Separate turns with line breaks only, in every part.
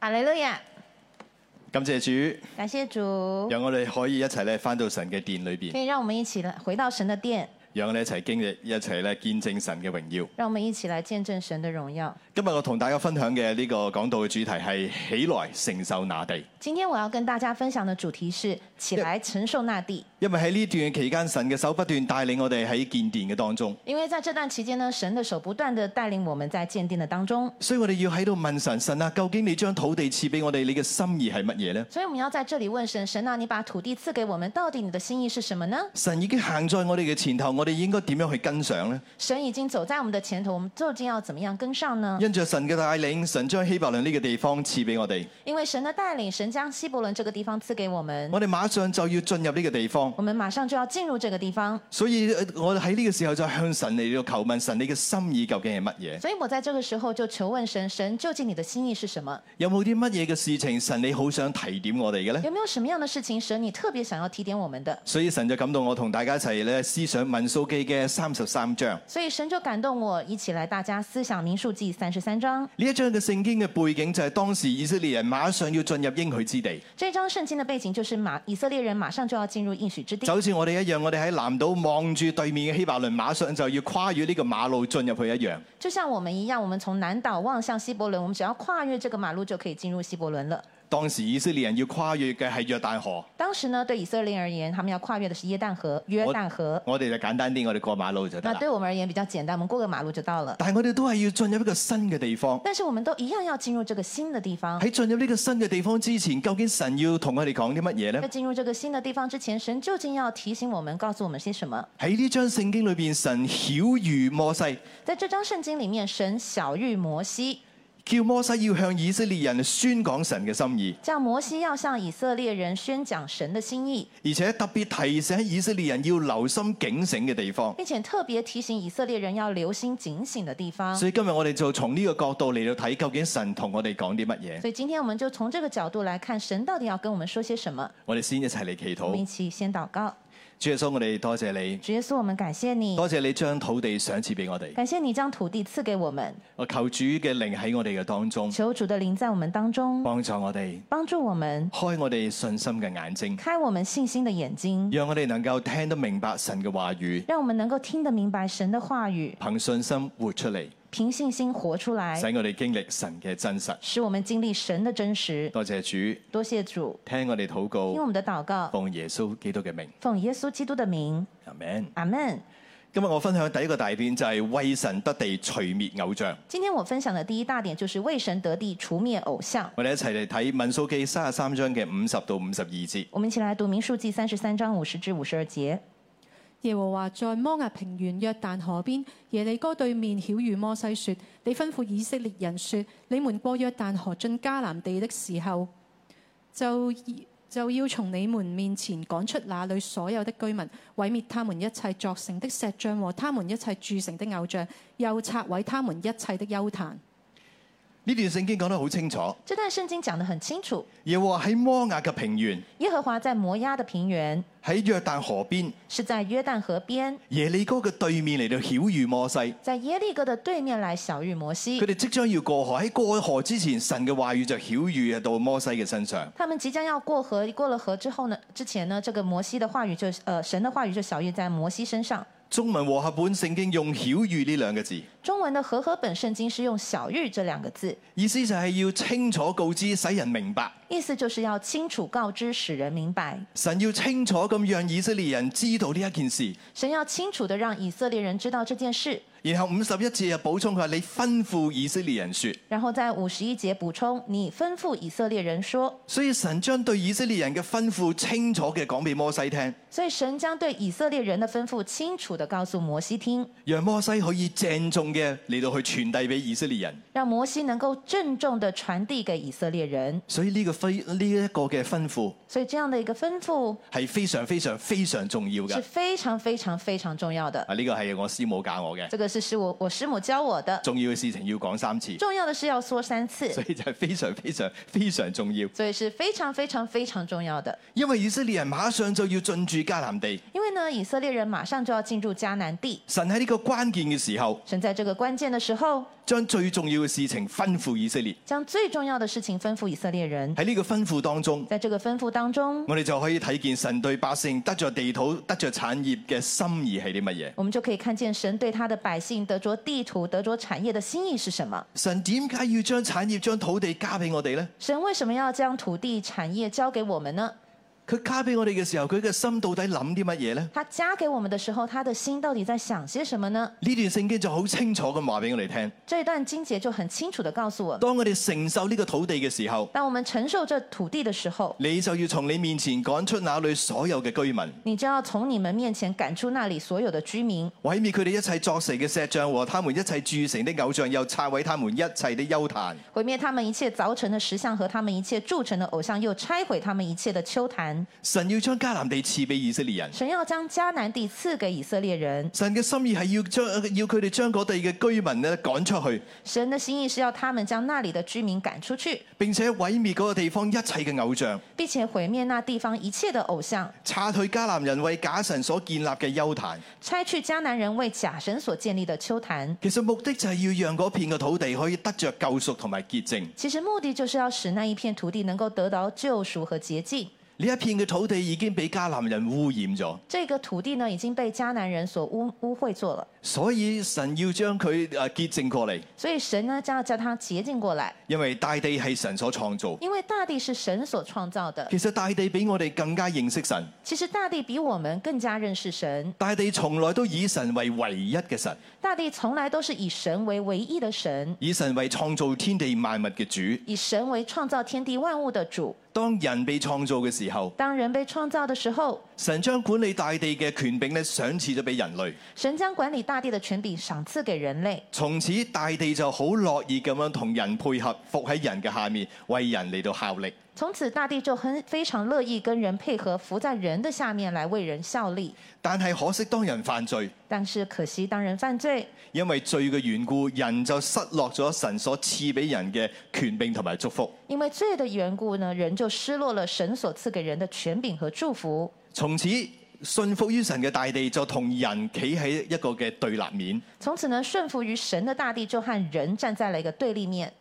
阿利路亞，
感謝主，
感謝主，
讓我哋可以一齊咧翻到神嘅殿裏
可
邊，
以讓我們一起來回到神的殿，
讓我哋一齊經歷，一齊咧見證神嘅榮耀。
讓我們一起來見證神的榮耀。
今日我同大家分享嘅呢個講道嘅主題係起來承受那地，
今天我要跟大家分享的主題是起來承受那地，
因為喺呢段期間，神嘅手不斷帶領我哋喺建殿嘅當中，
因為在這段期間呢，神的手不斷地帶領我們在建殿的當中，
所以我哋要喺度問神：神啊，究竟你將土地賜俾我哋，你嘅心意係乜嘢呢？
所以我們要在這裡問神，神啊，你把土地賜給我們，到底你的心意是什麼呢？
神已經行在我哋嘅前頭，我哋應該點樣去跟上呢？
神已經走在我們的前頭，我們究竟要怎麼樣跟上呢？
因着神嘅帶領，神將希伯倫呢個地方賜俾我哋，
因為神的帶領，神將希伯倫這個地方賜給我們，
我哋馬上就要進入呢個地方。
我們馬上就要進入這個地方，
所以呃我喺呢個時候就向神嚟到求問神，你嘅心意究竟係乜嘢？
所以我在這個時候就求問神，神究竟你的心意是什麼？
有冇啲乜嘢嘅事情神你好想提點我哋嘅呢？
有沒有什麼樣的事情，神你特別想要提點我們的？
所以神就感動我同大家一齊咧思想民數記嘅三十三章
所以神就感動我，一起來大家思想《民數記》三十三章。
呢一章嘅聖經嘅背景就係當時以色列人馬上要進入應許之地，
這一章聖經的背景就是馬以色列人馬上就要進入應許之
就
地，
好似我哋一樣，我哋喺南島望住對面嘅希伯倫，馬上就要跨越呢個馬路進入去一樣。
就像我們一樣，我們從南島望向希伯倫，我們只要跨越這個馬路就可以進入希伯倫了。
當時以色列人要跨越嘅係約旦河，
當時呢，對以色列人而言，他們要跨越的是耶旦河、約旦河。
我哋就簡單啲，我哋過馬路就得
那
啦。
對我們而言比較簡單，我們過個馬路就到了。
但係我哋都係要進入一個新嘅地方。
但是我們都一樣要進入這個新的地方。
喺進入呢個新嘅地方之前，究竟神要同我哋講啲乜嘢呢
在？進入這個新的地方之前，神究竟要提醒我們、告訴我們些什麼？
喺呢章聖經裏邊，神曉喻摩西，
在這章聖經裡面，神曉諭摩西，
叫摩西要向以色列人宣講神嘅心意，
叫摩西要向以色列人宣講神的心意，
而且特別提醒以色列人要留心警醒嘅地方。
並且特別提醒以色列人要留心警醒的地方。
所以今日我哋就從呢個角度嚟到睇，究竟神同我哋講啲乜嘢？
所以今天我們就從這個角度來看，神到底要跟我們說些什麼？
我哋先一齊嚟祈
我們一
禱。
起先禱告。
主耶穌，我哋多謝你，
主耶穌，我們感謝你，
多謝你將土地賞賜俾我哋。
感謝你將土地賜給我們，
我求主嘅靈喺我哋嘅當中，
求主的靈在我們當中，
幫助我哋，
幫助我們，
開我哋信心嘅眼睛。
開我們信心的眼睛，
讓我哋能夠聽得明白神嘅話語，
讓我們能夠聽得明白神的話語，
憑信心活出嚟，
憑信心活出來
使，我哋經歷神嘅真實。
使我們经历神的真实。
多謝主，
多謝主，
聽我哋禱
聽我
告，
們的禱告，
奉耶穌基督嘅名，
奉耶穌基督的名，
阿 man。
阿門。
今日我分享第一個大點就係為神得地除滅偶像。
今天我分享的第一大點就是為神得地除滅偶像。
我哋一齊嚟睇民數記三十三章嘅五十到五十二節。
我們一起來讀民數記三十三章五十至五十二節。
耶和華在摩押平原約旦河邊耶利哥對面曉諭摩西說：你吩咐以色列人說，你們過約旦河進迦南地的時候，就就要從你們面前趕出那裏所有的居民，毀滅他們一切鑿成的石像和他們一切鑄成的偶像，又拆毀他們一切的丘壇。
呢段聖經講得好清楚，
這段聖經講得很清楚，
耶和華喺摩押嘅平原，
耶和華在摩押的平原，
喺約旦河邊，
是在約旦河邊，
耶利哥嘅對面嚟到曉諭摩西。
在耶利哥的對面來曉諭摩
佢
西。
哋即將要過河，喺過河之前，神嘅話語就曉喻到摩西嘅身上。
他們即將要過河，過了河之後呢，之前呢，這個摩西的話語就呃神的話語就曉諭在摩西身上。
中文和合本聖經用曉喻呢兩個字，
中文的和合本聖經是用“曉諭”這兩個字，
意思就係要清楚告知，使人明白。
意思就是要清楚告知，使人明白。
神要清楚咁讓以色列人知道呢一件事。
神要清楚地讓以色列人知道這件事。
然後五十一節又補充佢話：你吩咐以色列人說。
然後在五十一節補充：“你吩咐以色列人說。
所以神將對以色列人嘅吩咐清楚嘅講俾摩西聽，”
所以神將對以色列人的吩咐清楚地告訴摩西聽，
讓摩西可以鄭重嘅嚟到去傳遞俾以色列人。
讓摩西能夠鄭重地傳遞給以色列人。
所以呢個非呢一個嘅吩咐
所以這樣的一個吩咐
係非常非常非常重要
是
嘅。
非常非常非常重要的。
啊，呢個係我師母教我嘅，
這個是是我我師母教我的，
重要嘅事情要講三次，
重要的是要說三次，
所以就係非常非常非常重要。
所以是非常非常非常重要的。
因為以色列人馬上就要進駐迦南地，
因為呢，以色列人馬上就要進入迦南地，
神喺呢個關鍵嘅時候，
神在這個關鍵的時候
將最重要嘅事情吩咐以色列。
将最重要的事情吩咐以色列人。
喺呢個吩咐當中，
在这个吩咐当中，
我哋就可以睇見神對百姓得着地土、得着產業嘅心意係啲乜嘢。
我们就可以看见神对他的百姓得着地土、得着产业的心意是什么。
神點解要將產業、將土地加俾我哋呢？
神为什么要将土地、产业交给我们呢？
佢加俾我哋嘅時候，佢嘅心到底諗啲乜嘢呢？
他加给我们的时候，他的心到底在想些什么呢？
呢段聖經就好清楚咁話俾我哋聽。
这一段经节就很清楚地告诉我们：
當我哋承受呢個土地嘅時候，
当我们承受这土地的时候，
你就要從你面前趕出那裏所有嘅居民，
你就要从你们面前赶出那里所有的居民，
毀滅佢哋一切作成嘅石像和他們一切鑄成的偶像，又拆毀他們一切的丘壇。
毁灭他们一切凿成的石像和他们一切铸成的偶像，又拆毁他们一切的丘坛。
神要將迦南地賜俾以色列人。
神要将迦南地赐给以色列人，
神嘅心意係要將要佢哋將嗰地嘅居民咧趕出去，
神的心意是要他们将那里的居民赶出去，
並且毀滅嗰個地方一切嘅偶像，
并且毁灭那地方一切的偶像，
拆去迦南人為假神所建立嘅丘壇。
拆去迦南人为假神所建立的丘坛。
其實目的就係要讓嗰片嘅土地可以得着救贖同埋潔淨。
其实目的就是要使那一片土地能够得到救赎和洁净。
呢一片嘅土地已經俾迦南人污染咗，
这个土地呢，已经被迦南人所污污秽做了，
所以神要將佢誒潔淨過嚟，
所以神呢，将要将它洁净过来，
因為大地係神所創造。
因为大地是神所创造的。
其實大地比我哋更加認識神，
其实大地比我们更加认识神，
大地從來都以神為唯一嘅神，
大地从来都是以神为唯一的神，
以神為創造天地萬物嘅主。
以神为创造天地万物的主。
當人被創造嘅時候，
当人被创造的时候，
神將管理大地嘅權柄咧賞賜咗俾人類，
神将管理大地的权柄赏赐给人类，
從此大地就好樂意咁樣同人配合，服喺人嘅下面，為人嚟到效力。
从此大地就很非常乐意跟人配合，伏在人的下面来为人效力。
但係可惜當人犯罪，
但是可惜，当人犯罪，
因為罪嘅緣故，人就失落咗神所賜俾人嘅權柄同埋祝福。
因为罪的缘故呢，人就失落了神所赐给人的权柄和祝福。
從此信服於神嘅大地就同人企喺一個嘅對立面。
从此呢，顺服于神的大地就和人站在了一个对立面。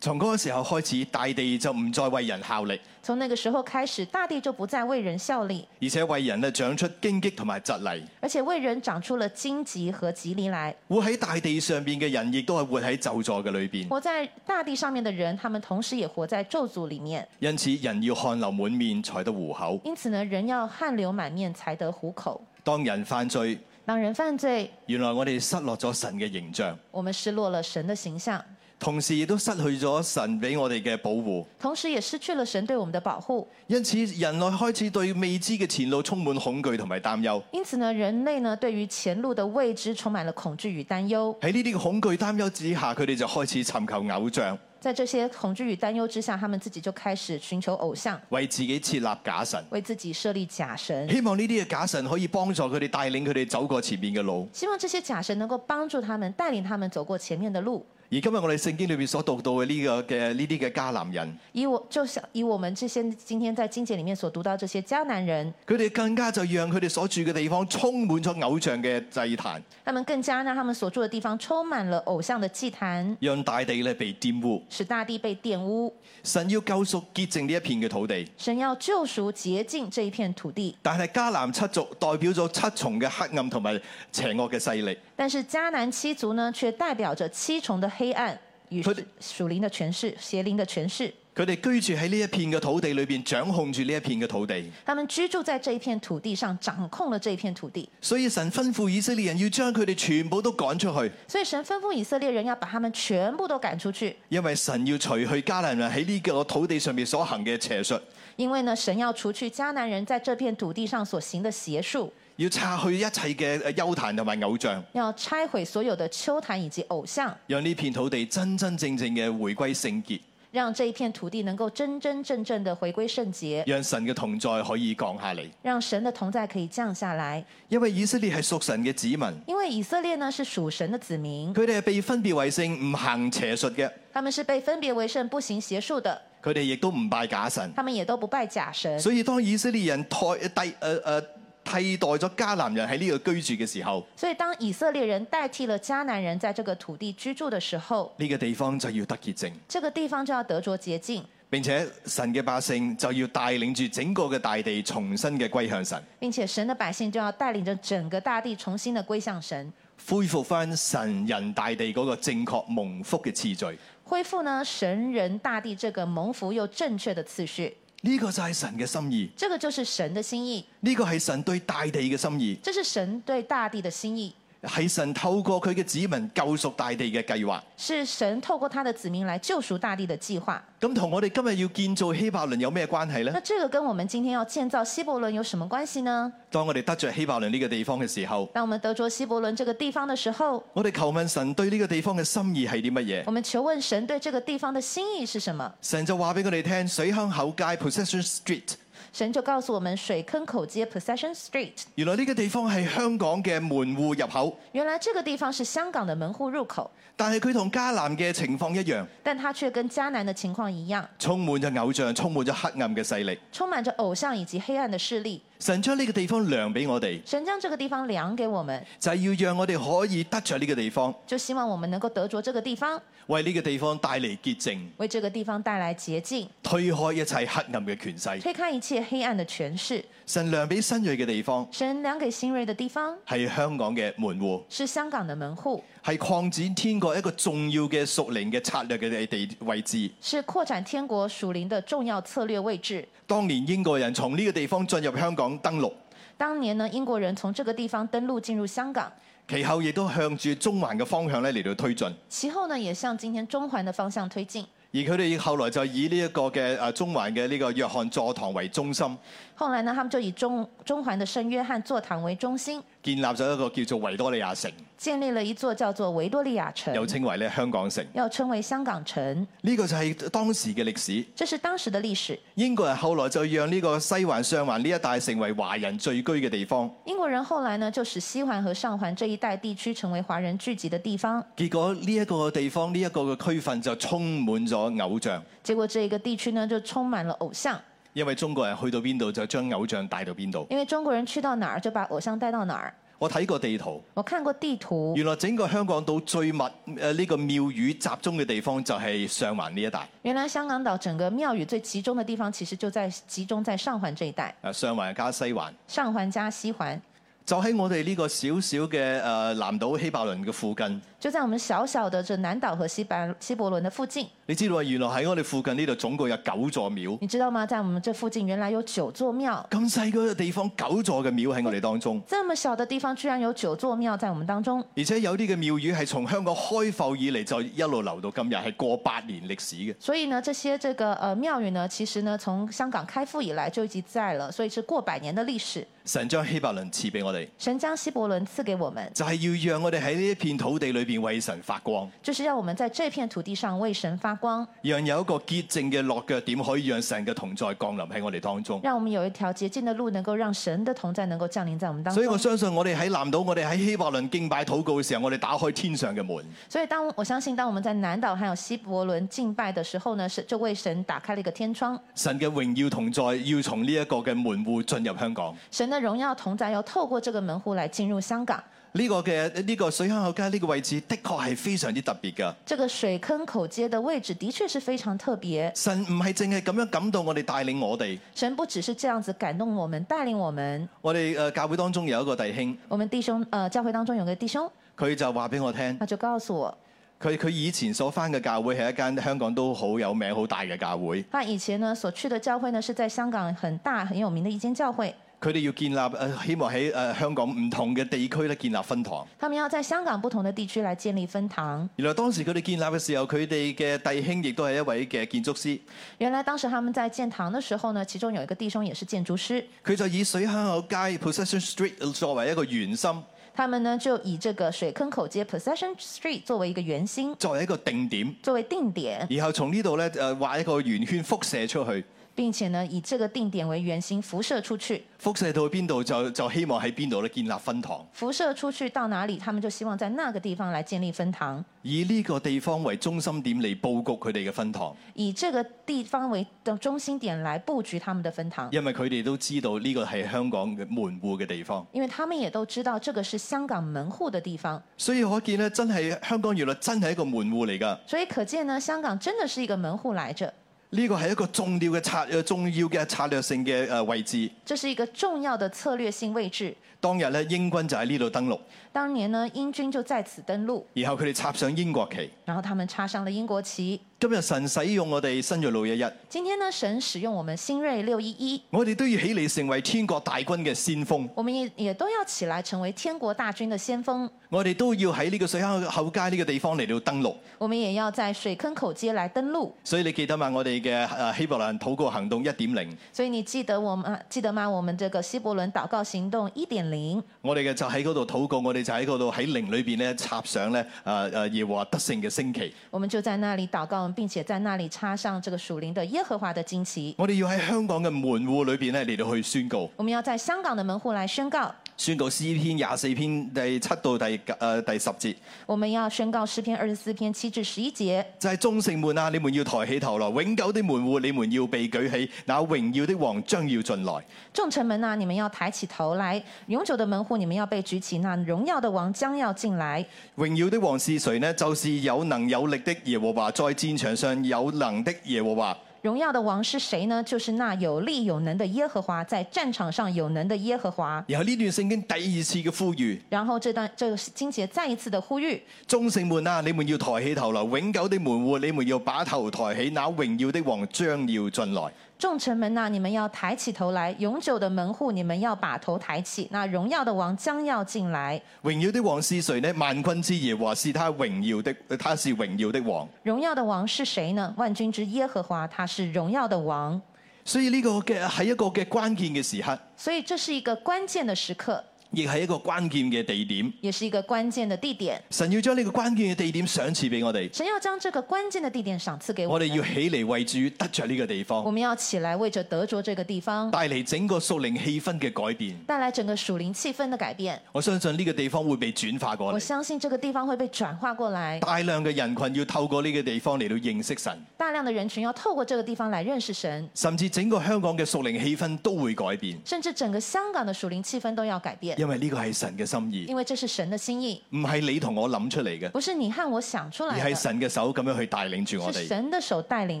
從嗰個時候開始，大地就唔再為人效力，
从那个时候开始，大地就不再为人效力，
而且為人咧長出荊棘同埋蒺藜。
而且为人长出了荆棘和棘藜来。
活喺大地上邊嘅人，亦都係活喺咒詛嘅裏邊。
活在大地上面的人，他们同时也活在咒诅里面。
因此，人要汗流滿面才得糊口。
因此呢，人要汗流满面才得糊口。
當人犯罪，
当人犯罪，
原來我哋失落咗神嘅形象，
我们失落了神的形象，
同時亦都失去咗神俾我哋嘅保護。
同时也失去了神对我们的保护。
因此，人類開始對未知嘅前路充滿恐懼同埋擔憂。
因此呢，人类呢对于前路的未知充满了恐惧与担忧。
喺呢啲恐懼擔憂之下，佢哋就開始尋求偶像，
在这些恐惧与担忧之下，他们自己就开始寻求偶像，
為自己設立假神，
为自己设立假神，
希望呢啲嘅假神可以幫助佢哋帶領佢哋走過前面嘅路。
希望这些假神能够帮助他们，带领他们走过前面的路。
而今日我哋聖經裏面所讀到嘅呢、個嘅呢啲嘅迦南人，
以我就像以我们这些今天在经节里面所读到这些迦南人，
佢哋更加就讓佢哋所住嘅地方充滿咗偶像嘅祭壇，
他们更加让他们所住的地方充满了偶像的祭坛，
讓大地咧被玷污。
使大地被玷污。
神要救贖潔淨呢一片嘅土地，
神要救赎洁净这一片土地，
但係迦南七族代表咗七重嘅黑暗同埋邪惡嘅勢力。
但是迦南七族呢，却代表着七重的黑暗与
佢哋
属灵的权势、邪灵的权势。
佢哋居住喺呢一片嘅土地裏邊，掌控住呢一片嘅土地。
他们居住在这一片土地上，掌控了这一片土地。
所以神吩咐以色列人要將佢哋全部都趕出去，
所以神吩咐以色列人要把他们全部都赶出去，
因為神要除去迦南人喺呢個土地上面所行嘅邪術，
因为呢，神要除去迦南人在这片土地上所行的邪术，
要拆去一切嘅呃丘壇同埋偶像，
要拆毁所有的丘坛以及偶像，
讓呢片土地真真正正嘅回歸聖潔，
让这一片土地能够真真正正的回归圣洁，
讓神嘅同在可以降下嚟。
让神的同在可以降下来。
因為以色列係屬神嘅子民，
因为以色列呢是属神的子民，
佢哋係被分別為聖，唔行邪術嘅，
他们是被分别为圣，不行邪术的，
佢哋亦都唔拜假神。
他们也都不拜假神。
所以當以色列人抬低誒誒。呃替代咗迦南人喺呢度居住嘅時候，
所以当以色列人代替了迦南人在这个土地居住的时候，
呢、個地方就要得潔淨。
这个地方就要得着洁净，
並且神嘅百姓就要帶領住整個嘅大地重新嘅歸向神，
并且神的百姓就要带领着整个大地重新的归向神，
恢復翻神人大地嗰個正確蒙福嘅次序。
恢复呢神人大地这个蒙福又正确的次序。
呢、個就係神嘅心意，
这个就是神的心意，
呢、個係神對大地嘅心意，
这是神对大地的心意，
係神透過佢嘅子民救贖大地嘅計劃。
是神透过他的子民来救赎大地的计划。
咁同我哋今日要建造希伯倫有咩關係呢
那？这个跟我们今天要建造希伯伦有什么关系呢？
當我哋得着希伯倫呢個地方嘅時候，
当我们得着希伯伦这个地方的时候，
我哋求問神對呢個地方嘅心意係啲乜嘢？
我们求问神对这个地方的心意是什么？
神就話俾我哋聽，水坑口街 （Possession Street），
神就告诉我们，水坑口街 （Possession Street）
原來呢個地方係香港嘅門户入口，
原来这个地方是香港的门户入口，
但係佢同迦南嘅情況一樣，
但它却跟迦南的情况一样，
充滿咗偶像，充滿咗黑暗嘅勢力。
充满着偶像以及黑暗的势力。
神將呢個地方量俾我哋，
神将这个地方量给我们，
就係、要讓我哋可以得着呢個地方，
就希望我们能够得着这个地方，
為呢個地方帶嚟潔淨，
为这个地方带来洁净，
推開一切黑暗嘅權勢。
推开一切黑暗的权势。
神量俾新锐嘅地方
神量给新锐的地方
係香港嘅門户，
是香港的门户，
係擴展天國一個重要嘅屬靈嘅策略嘅地地位置。
是扩展天国属灵的重要策略位置。
當年英國人從呢個地方進入香港登陸，
当年呢，英国人从这个地方登陆进入香港，
其後亦都向住中環嘅方向咧嚟到推進。
其后呢，也向今天中环的方向推进。
而佢哋後來就以呢一個嘅誒中環嘅呢個約翰座堂為中心，
后来呢，他们就以中中环的圣约翰座堂为中心，
建立咗一個叫做維多利亞城，
建立了一座叫做维多利亚城，
又稱為咧香港城。
要称为香港城。
呢、個就係當時嘅歷史。
这是当时的歷史。
英國人後來就讓呢個西環、上環呢一帶成為華人聚居嘅地方。
英国人后来呢，就使西环和上环这一带地区成为华人聚集的地方。
結果呢一個地方、呢、一個嘅區份就充滿咗偶像，
结果这一个地区呢，就充满了偶像，
因為中國人去到邊度就將偶像帶到邊度。
因为中国人去到哪儿就把偶像带到哪儿。
我睇過地圖。
我看過地圖，
原來整個香港島最密誒呢個廟宇集中嘅地方就係上環呢一帶。
原来香港岛整个庙宇最集中的地方，其实就在集中在上环这一带，
誒啊上環加西環，
上环加西环，
就喺我哋呢個小小嘅誒南島希伯倫嘅附近。
就在我们小小的这南岛和西白西伯伦的附近。
你知道啊？原來喺我哋附近呢度總共有九座廟，
你知道吗？在我們这附近原來有九座廟，
咁細個嘅地方九座嘅廟喺我哋當中，
這麼小的地方居然有九座廟在我們當中，
而且有啲嘅廟宇係從香港開埠以嚟就一路留到今日，係過百年歷史嘅。
所以呢，這些這個呃廟宇呢，其實呢，從香港開埠以來就已經在了，所以是過百年的歷史。
神將希伯倫賜俾我哋，
神將希伯倫賜給我們，
就係、要讓我哋喺呢一片土地裏邊為神發光，
就是讓我們在這片土地上為神發光，
讓有一個潔淨嘅落腳點，可以讓神嘅同在降臨喺我哋當中。
讓我們有一條潔淨的路，能夠讓神的同在能夠降臨在我們當
所以我
中。
相信我哋喺南島，我哋喺希伯倫敬拜禱告嘅時候，我哋打開天上嘅門，
所以當我相信，當我們在南島還有西伯倫敬拜的時候呢，是就為神打開了一個天窗，
神嘅榮耀同在要從呢一個嘅門户進入香港。
神的榮耀同在要透過這個門戶來進入香港。
呢、個嘅呢、個水坑口街呢個位置，的確係非常之特別㗎。
这个水坑口街的位置的确是非常特别。
神唔係淨係咁樣感動我哋，帶領我哋。
神不只是這樣子感動我們、帶領我們。
我哋誒教會當中有一個弟兄，
我們弟兄，呃，教會當中有個弟兄，
佢就話俾我聽，
他就告訴我，
佢佢以前所返嘅教會係一間香港都好有名、好大嘅教會。
他以前呢所去的教會呢是在香港很大很有名的一間教會，
佢哋要建立誒、呃希望喺誒、呃香港唔同嘅地區咧建立分堂。
他們要在香港不同的地區來建立分堂。
原來當時佢哋建立嘅時候，佢哋嘅弟兄亦都係一位嘅建築師，
原來當時他們在建堂的時候呢，其中有一個弟兄也是建築師，
佢就以水坑口街 （Possession Street） 作為一個圓心，
他們呢就以這個水坑口街 （Possession Street） 作為一個圓心，
作為一個定點，
作為定點，
呃然後從呢度咧誒畫一個圓圈輻射出去。
并且呢以这个定点为圆心辐射出去，
輻射到邊度就就希望喺邊度咧建立分堂，
辐射出去到哪里，他们就希望在那个地方来建立分堂，
以呢個地方為中心點嚟佈局佢哋嘅分堂，
以这个地方为的中心点来布局他们的分堂，
因為佢哋都知道呢個係香港嘅門户嘅地方，
因为他们也都知道这个是香港门户的地方，
所以可見咧真係香港原來真係一個門户嚟㗎。
所以可见呢，香港真的是一个门户来着，
呢個係一個重要嘅策略、重要嘅策略性嘅誒位置。
这是一个重要的策略性位置。
當日咧，英軍就喺呢度登陸，
当年呢，英军就在此登陆，
然後佢哋插上英國旗。
然后他们插上了英国旗。
今日神使用我哋新約路一日，
今天呢，神使用我们新锐六一一，
我哋都要起嚟成為天國大軍嘅先鋒。
我们也也都要起来成为天国大军的先锋，
我哋都要喺呢個水坑口街呢個地方嚟到登陸。
我们也要在水坑口街来登陆。
所以你記得嘛？我哋嘅誒希伯來人禱告行動一點零，
所以你记得我们记得吗？我们这个希伯伦祷告行动一点零，
我哋嘅就喺嗰度禱告，我哋就喺嗰度喺靈裏邊咧插上咧誒誒耶和華得勝嘅升旗。
我们就在那里祷告，并且在那里插上这个属灵的耶和华的旌旗。
我哋要喺香港嘅門户裏邊咧嚟到去宣告。
我们要在香港的门户来宣告，
宣告詩篇廿四篇第七到第誒、呃第十節，
我们要宣告诗篇二十四篇七至十一节。
就係、眾城門啊，你們要抬起頭來，永久的門户你們要被舉起，那榮耀的王將要進來。
众城门呐、你们要抬起头来；永久的门户，你们要被举起。那荣耀的王将要进来。
榮耀的王是誰呢？就是有能有力的耶和華，在戰場上有能的耶和華。
荣耀的王是谁呢？就是那有力有能的耶和华，在战场上有能的耶和华。
然後呢段聖經第二次嘅呼籲：
然后这段这个经节再一次的呼吁，
眾城門啊，你們要抬起頭來，永久的門户你們要把頭抬起，那榮耀的王將要進來。
众城门呐、你们要抬起头来；永久的门户，你们要把头抬起。那荣耀的王将要进来。
榮耀的王是誰呢？萬軍之耶和華是他榮耀的，呃他是榮耀的王。
荣耀的王是谁呢？万军之耶和华，他是荣耀的王。
所以呢個嘅係一個嘅關鍵嘅時刻，
所以这是一个关键的时刻，
亦係一個關鍵嘅地點。
也是一个关键的地点。
神要將呢個關鍵嘅地點賞賜俾我哋，
神要将这个关键的地点赏赐给我
我哋要
们，
起嚟為主得着呢個地
我
方，
们要起来为着得着这个地方，
帶嚟整個屬靈氣氛嘅改變。
带来整个属灵气氛的改变。
我相信呢個地方會被轉化過
我
嚟，
相信这个地方会被转化过来，
大量嘅人群要透過呢個地方嚟到認識神，
大量的人群要透过这个地方来认识神，
甚至整個香港嘅屬靈氣氛都會改變，
甚至整个香港的属灵气氛都要改变，
因為呢個係神嘅心意，
因为这是神的心意，
唔係你同我諗出嚟嘅，
不是你和我想出
而
来
係
的，
神嘅手咁樣去帶領住我
是
哋。
神的手带领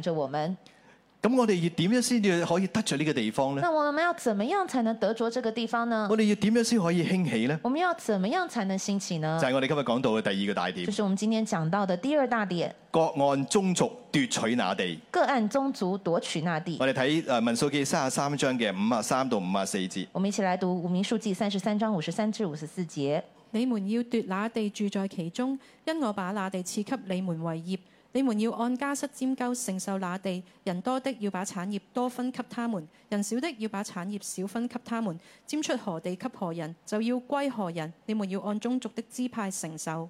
着我们。
咁我哋要點樣先至可以得着呢個地方呢？
那我们要怎么样才能得着这个地方呢？
我哋要點樣先可以興起呢？
我们要怎么样才能兴起呢
就？係我哋今日講到嘅第二個大
就
點，
是我们今天讲到的第二大点，
各按宗族奪取那地。
个案宗族夺取那地。
我哋睇誒民數記三十三章嘅五啊三到五啊四節，
我们一起来读《五民数记》三十三章五十三至五十四节。
你們要奪那地住在其中，因我把那地賜給你們為業。你們要按家室尖鳩承受那地，人多的要把產業多分給他們，人少的要把產業少分給他們。佔出何地給何人，就要歸何人。你們要按宗族的支派承受。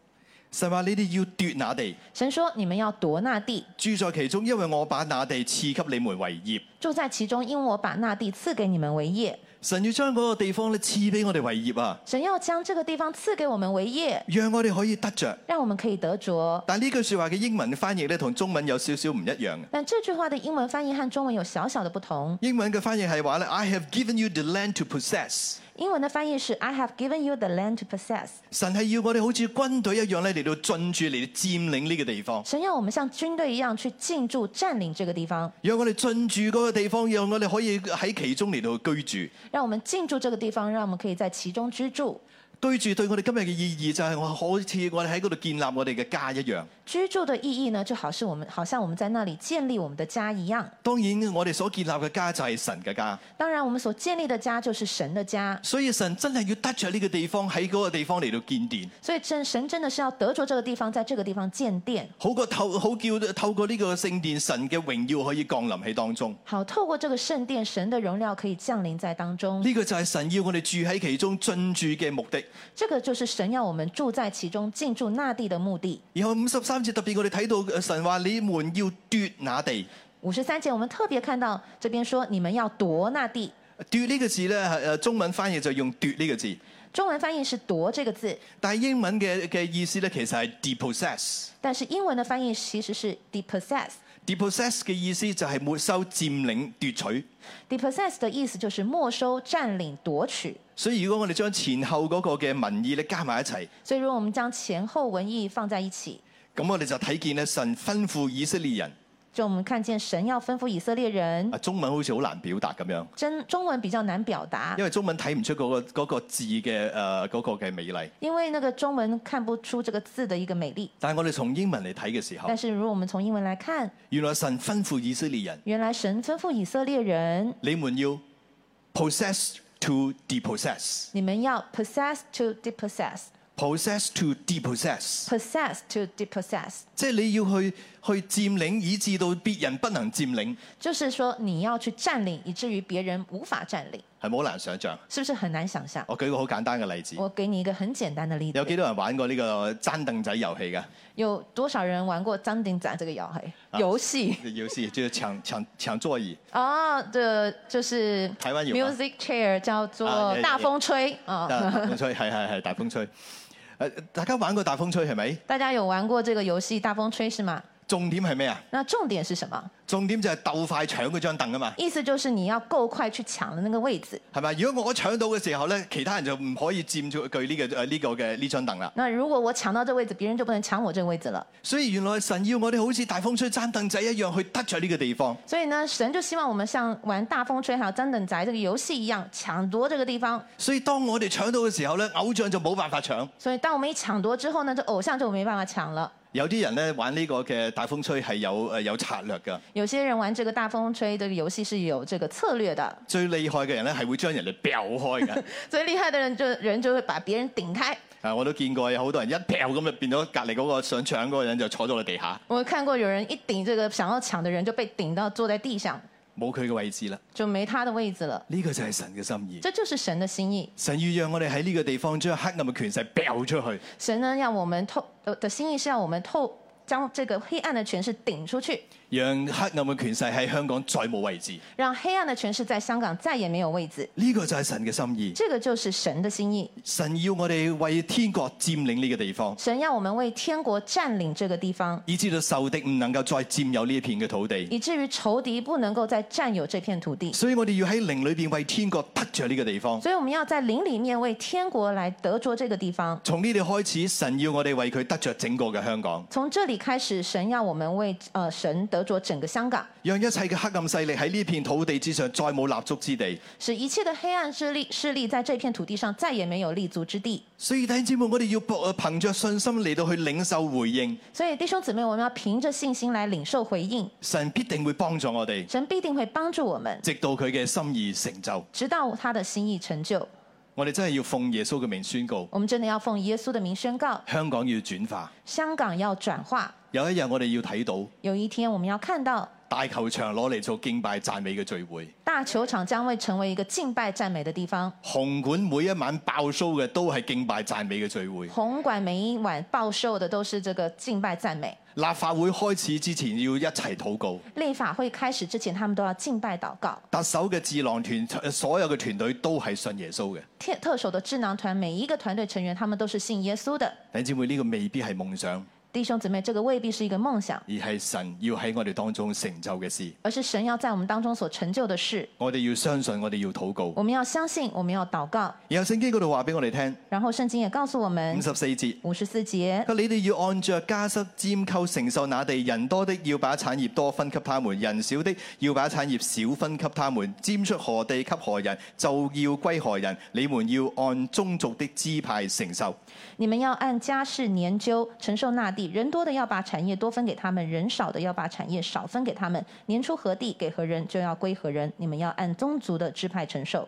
神話你哋要奪那地，
神说：你们要夺那地，
住在其中，因為我把那地賜給你們為業。
住在其中，因我把那地赐给你们为业。
神要將嗰個地方咧賜俾我哋為業啊，
神要将这个地方赐给我们为业，
讓我哋可以得着。
让我们可以得着。
但呢句説話嘅英文翻譯咧同中文有少少唔一樣嘅。
但这句话的英文翻译和中文有小小的不同。
英文嘅翻譯係話咧，I have given you the land to possess。
英文的翻译是 "I have given you the land to possess"，
神係要我哋好似軍隊一樣咧嚟到進駐嚟佔領呢個地方。
神要我们像军队一样去进驻、占领这个地方，
讓我哋進駐嗰個地方，讓我哋可以喺其中嚟到居住。
让我们进驻这个地方，让我们可以在其中居住。
居住對我哋今日嘅意義就係我好似我哋喺嗰度建立我哋嘅家一樣。
居住的意义呢，就好是我们好像我们在那里建立我们的家一样。
當然，我哋所建立嘅家就係神嘅家，
当然，我们所建立的家就是神的家，
所以神真係要得着呢個地方，喺嗰個地方嚟到建殿，
所以真神真的是要得着这个地方，在这个地方建殿，
好過透好叫透過呢個聖殿，神嘅榮耀可以降臨喺當中。
好透过这个圣殿，神的荣耀可以降临在当中。
呢、個就係神要我哋住喺其中進駐嘅目的。
这个就是神要我们住在其中、进驻那地的目的。
然後五十三節特別我哋睇到呃神話你們要奪那地，
五十三节，我们特别看到这边说你们要夺那地，
奪呢個字咧，係誒呃中文翻譯就用奪呢個字，
中文翻译是夺这个字，
但係英文嘅嘅意思咧，其實係 depossess。
但是英文的翻译其实是 depossess。
depossess 嘅意思就係沒收、佔領、奪取。
depossess 的意思就是没收、占领、夺取。
所以如果我哋將前後嗰個嘅文意咧加埋一齊，
所以，如果我们将前后文意放在一起，
咁我哋就睇見咧神吩咐以色列人。
就我们看见神要吩咐以色列人，
啊，中文好似好難表達咁樣，
真中文比较難表达
因，為中文睇唔出嗰、個嗰個字嘅誒嗰個嘅美麗。
因为那个中文看不出这个字的一个美丽。
但係我哋從英文嚟睇嘅時候
但，是，如果我们从英文来看，
原來神吩咐以色列人，
原来神吩咐以色列人，
你們要 possess to depossess。
你们要 possess to depossess。
possess to depossess，
possess to depossess，
即係你要去去佔領，以致到別人不能佔領，
就是说你要去占领，以至於別人无法占领，
係咪好難想像？
是不是很难想象？
我舉個好簡單嘅例子，
我給你一個很簡單的例
有幾
子，
多人玩過呢個爭凳仔遊戲㗎？
有多少人玩過張丁仔這個遊
啊
戲？遊戲
有時就是搶 搶搶座椅，
啊，這就是
台灣有嗎
music chair 叫
啊
做
有
大風吹啊。
大大風吹係 係係大風吹。誒，大家玩過大風吹係咪？
大家有玩過這個遊戲大風吹是嗎？
重點係咩啊？
那重點是什麼？
重點就係鬥快搶嗰張凳啊嘛，
意思就是你要夠快去搶的那個位置。
係咪？如果我搶到嘅時候咧，其他人就唔可以佔住據呢個呃誒呢個嘅呢張凳啦。
那如果我搶到這位置，別人就不能搶我這個位置了。
所以原來神要我哋好似大風吹爭凳仔一樣去得着呢個地方。
所以呢，神就希望我們像玩大風吹還有張等宅這個遊戲一樣，搶奪這個地方。
所以當我哋搶到嘅時候咧，偶像就冇辦法搶。
所以當我們一搶奪之後呢，這偶像就沒辦法搶了。
有啲人咧玩呢個嘅大風吹係有誒有策略㗎。
有些人玩這個大風吹這個遊戲是有這個策略的，
最厲害嘅人咧係會將人哋掉開嘅。
最厲害的人就人就會把別人頂開。
啊，我都見過有好多人一掉咁就變咗隔離嗰個想搶嗰個人就坐咗落地下，
我看過有人一頂這個想要搶的人就被頂到坐在地上，
冇佢嘅位置啦。
就沒他的位置了。
呢、個就係神嘅心意。
這就是神的心意。
神要讓我哋喺呢個地方將黑暗嘅權勢掉出去，
神呢，要我們透呃的心意是要我們透將這個黑暗的權勢頂出去，
讓黑暗嘅權勢喺香港再冇位置。
讓黑暗的權勢在香港再也沒有位置。
呢、個就係神嘅心意。
这个就是神的心意。
神要我哋為天國佔領呢個地方，
神要我们为天国占领這個地方，
以至到仇敵唔能夠再佔有呢一片嘅土地。
以至於仇敵不能夠再占有這片土地。
所以我哋要喺靈裏邊為天國得着呢個地方。
所以我們要在靈里面為天國來得着這個地方。
從呢度開始，神要我哋為佢得着整個嘅香港，
從這裡開始，神要我們為呃神得着整個香港，
讓一切嘅黑暗勢力喺呢片土地之上再冇立足之地。
使一切的黑暗勢力勢力在這片土地上再也沒有立足之地。
所以弟兄姊妹，我哋要博呃憑着信心嚟到去領受回應，
所以弟兄姊妹，我們要憑着信心來領受回應，
神必定會幫助我哋，
神必定會幫助我們，
直到佢嘅心意成就。
直到他的心意成就。
我哋真係要奉耶穌嘅名宣告，
我們真的要奉耶穌的名宣告：
香港要轉化。
香港要轉化。
有一日我哋要睇到
有一天，我們要看到
大球場攞嚟做敬拜讚美嘅聚會，
大球场将會成為一個敬拜赞美的地方。
紅館每一晚爆 show 嘅都係敬拜讚美嘅聚會。
紅館每一晚報售的都是這個敬拜赞美。
立法會開始之前要一齊禱告，
立法會開始之前，他們都要敬拜禱告。
特首嘅智囊團呃所有嘅團隊都係信耶穌嘅。
特特首的智囊團每一個團隊成員，他們都是信耶穌的。
弟兄姊妹，呢、個未必係夢想，
弟兄姊妹，這個未必是一個夢想，
而係神要喺我哋當中成就嘅事。
而是神要在我們當中所成就的事。
我哋要相信，我哋要禱告。
我們要相信，我們要禱告。
然後聖經嗰度話俾我哋聽，
然後聖經也告訴我
五
們，
十四節。
五十四節
佢，話你哋要按着家室尖構承受那地，人多的要把產業多分給他們，人少的要把產業少分給他們。佔出何地給何人，就要歸何人。你們要按宗族的支派承受。
你們要按家世研究承受那地，人多的要把產業多分給他们，人少的要把產業少分给他们。年初何地给何人，就要归何人。你们要按宗族的支派承受。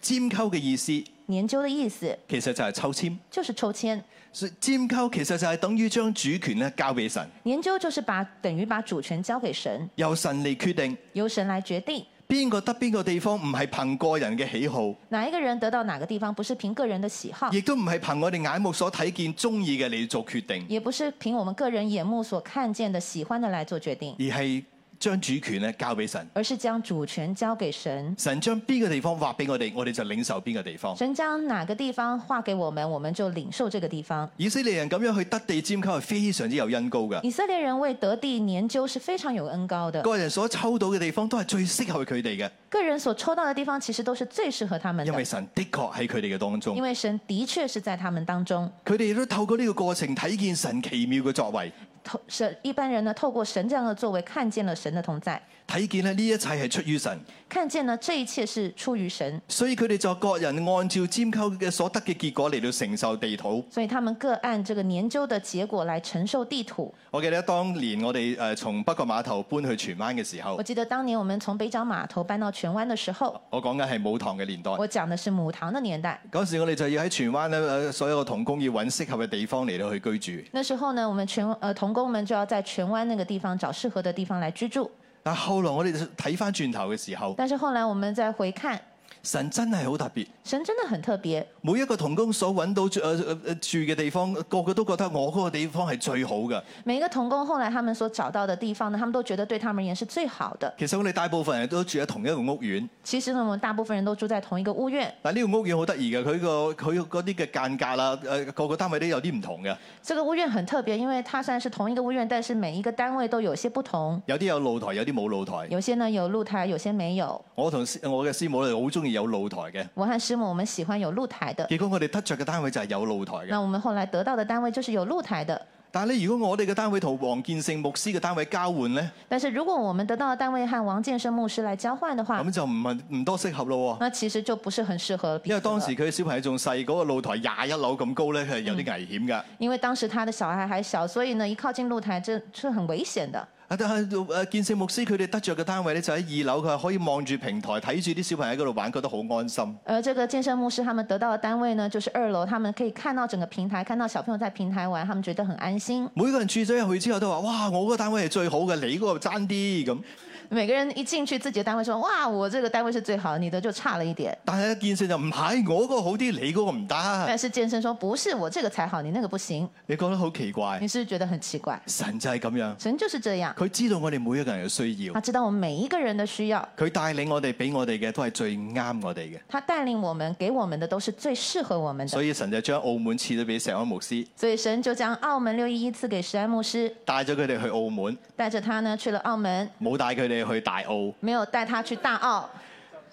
尖溝嘅意思其
研究的意思
實就係抽籤。
就是抽籤，
所以佔溝其實就係等於將主權咧交俾神，
研究就是把等於把主權交給神，
由神嚟決定
由神來決定
邊個得邊個地方，唔係憑個人嘅喜好，
哪一個人得到哪個地方，不是憑個人的喜好，
亦都唔係憑我哋眼目所睇見中意嘅嚟做決定，
也不是憑我們個人眼目所看見的喜歡的來做決定，
而係將主權咧交俾神。
而是将主权交给神。
神將邊個地方劃俾我哋，我哋就領受邊個地方。
神将哪个地方划给我们，我们就领受这个地方。
以色列人咁樣去得地尖溝係非常之有恩高㗎。
以色列人为得地研究是非常有恩高的，
個人所抽到嘅地方都係最適合佢哋
个人所抽到的地方其实都是最适合他
嘅，
们
因
的
為，神的確喺佢哋嘅當中
因。为神的确是在他们当中。
佢哋都透過呢個過程睇見神奇妙嘅作為，
透神一般人呢，透过神这样的作为，看见了神的同在，
睇見咧呢一切係出於神，
看见呢这一切是出于神，
所以佢哋就各人按照尖溝嘅所得嘅結果嚟到承受地土。
所以他们各按这个研究的结果来承受地土。
我記得當年我哋誒從北角碼頭搬去荃灣嘅時候
我，记得当年我们从北角码头搬到荃湾的时候，
我講緊係母堂嘅年代。
我讲的是母堂的年代。
嗰時我哋就要喺荃灣咧，呃所有嘅童工要揾適合嘅地方嚟到去居住。
那时候呢，我们全呃童工们就要在荃湾那个地方找适合的地方来居住。
但後來我哋睇翻轉頭嘅時候，
但是后来我们再回看，
神真係好特別。
神真的很特别，
每一個童工所揾到住呃呃呃住嘅地方，個個都覺得我嗰個地方係最好嘅。
每一个童工后来他们所找到的地方呢，他们都觉得对他们而言是最好的。
其實我哋大部分人都住喺同一個屋苑，
其实呢，我们大部分人都住在同一个屋苑，
但呢個屋苑好得意嘅，佢個佢嗰啲嘅間隔啦，誒、呃、個個單位都有啲唔同嘅，
这个屋苑很特别，因为它虽然是同一个屋苑，但是每一个单位都有些不同，
有啲有露台，有啲冇露台。
有些呢有露台，有些没有。
我同師我嘅師母咧好中意有露台嘅，
我和师母我们喜欢有露台的，
結果我哋得着嘅單位就係有露台嘅。
那我们后来得到的单位就是有露台的。
但係咧，如果我哋嘅單位同黃建勝牧師嘅單位交換咧，
但是如果我们得到的单位和王建生牧师来交换的话
咁，就唔係唔多適合咯喎。
那其实就不是很适合彼
因
此
為
了。
當時佢嘅小朋友仲細，嗰、個露台廿一樓咁高咧，係有啲危險㗎。
因为当时他的小孩还小，所以呢，一靠近露台这是很危险的。
啊，但係誒建聖牧師佢哋得着嘅單位咧，就喺二樓，佢係可以望住平台，睇住啲小朋友喺嗰度玩，覺得好安心。
而这个健身牧师他们得到的单位呢，就是二楼，他们可以看到整个平台，看到小朋友在平台玩，他们觉得很安心。
每個人住咗入去之後都話：哇，我嗰個單位係最好嘅，你嗰個爭啲咁。
每个人一进去自己的单位说：“哇，我这个单位是最好，你的就差了一点。
但係建聖就唔係，我嗰個好啲，你嗰個唔”得。
但是健身说：“不是，我这个才好，你那个不行。
你覺得好奇”怪
你，是不是觉得很奇怪？
神就係咁樣，
神就是这样，
佢知道我哋每一個人嘅需要
他，知道我们每一个人的需要，
佢帶領我哋，俾我哋嘅都係最啱我哋嘅。
他带领我们，给我们的都是最适合我们的。
所以神就將澳門賜咗俾石安牧師，
所以神就将澳门六一一赐给石安牧师，
帶咗佢哋去澳門，
带着他呢去了澳门，
冇帶佢哋去大澳。
没有带他去大澳。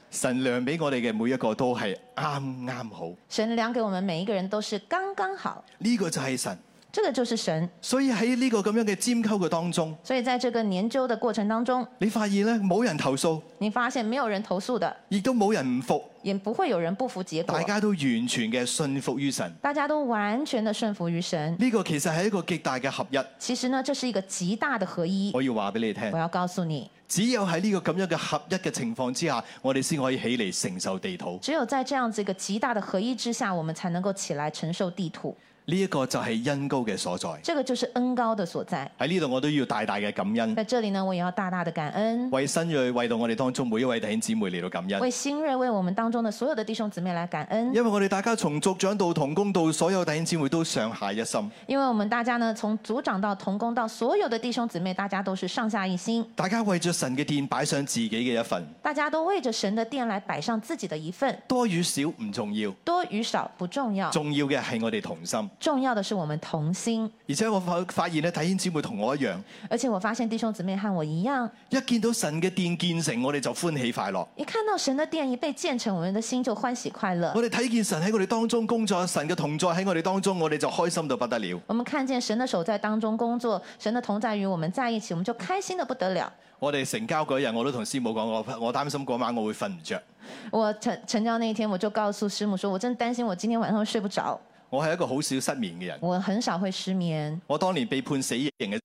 神量俾我哋嘅每一個都係啱啱好，呢、
神量给我们每一个人都是刚刚好，
個就係神。
这个就是神。
所以喺呢個咁樣嘅尖溝嘅當中，
所以在这个研究的过程当中，
你發現咧冇人投訴，
你发现没有人投诉的，
亦都冇人唔服，
也不会有人不服结果
大，家都完全嘅信服於神。
大家都完全的顺服于神。
呢、個其實係一個極大嘅合一。
其实呢，这是一个极大的合一。
我要話俾你聽
我，要告诉你，
只有喺呢個咁樣嘅合一嘅情況之下，我哋先可以起嚟承受地土。
只有在这样子一个极大的合一之下，我们才能够起来承受地土。
呢、一個就係恩高嘅所在。
这个就是恩高的所在。
喺呢度我都要大大嘅感恩，
在这里呢，我也要大大的感恩，
為新锐為到我哋當中每一位弟兄姊妹嚟到感恩。
为新锐，为我们当中的所有的弟兄姊妹来感恩，
因為我哋大家從族長到童工到所有弟兄姊妹都上下一心。
因为我们大家呢，从组长到童工到所有的弟兄姊妹，大家都是上下一心。
大家為着神嘅殿擺上自己嘅一份，
大家都为着神的殿来摆上自己的一份，
多與少唔重要，
多与少不重要，
重要嘅係我哋同心。
重要的是我们同心。
而且我發發現咧，弟兄姊妹同我一樣，
而且我发现弟兄姊妹和我一样，
一見到神嘅殿建成，我哋就歡喜快樂。
一看到神的殿一被建成，我们的心就欢喜快乐。
我哋睇見神喺我哋當中工作，神嘅同在喺我哋當中，我哋就開心到不得了。
我们看见神的手在当中工作，神的同在与我们在一起，我们就开心的不得了。
我哋成交嗰日，我都同師母講，我我擔心嗰晚我會瞓唔着。
我成成交那一天，我就告诉师母说，我真担心我今天晚上会睡不着，
我係一個好少失眠嘅人，
我很少会失眠。
我當年被判死刑嘅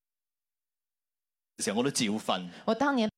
時候，我都照瞓。
我当年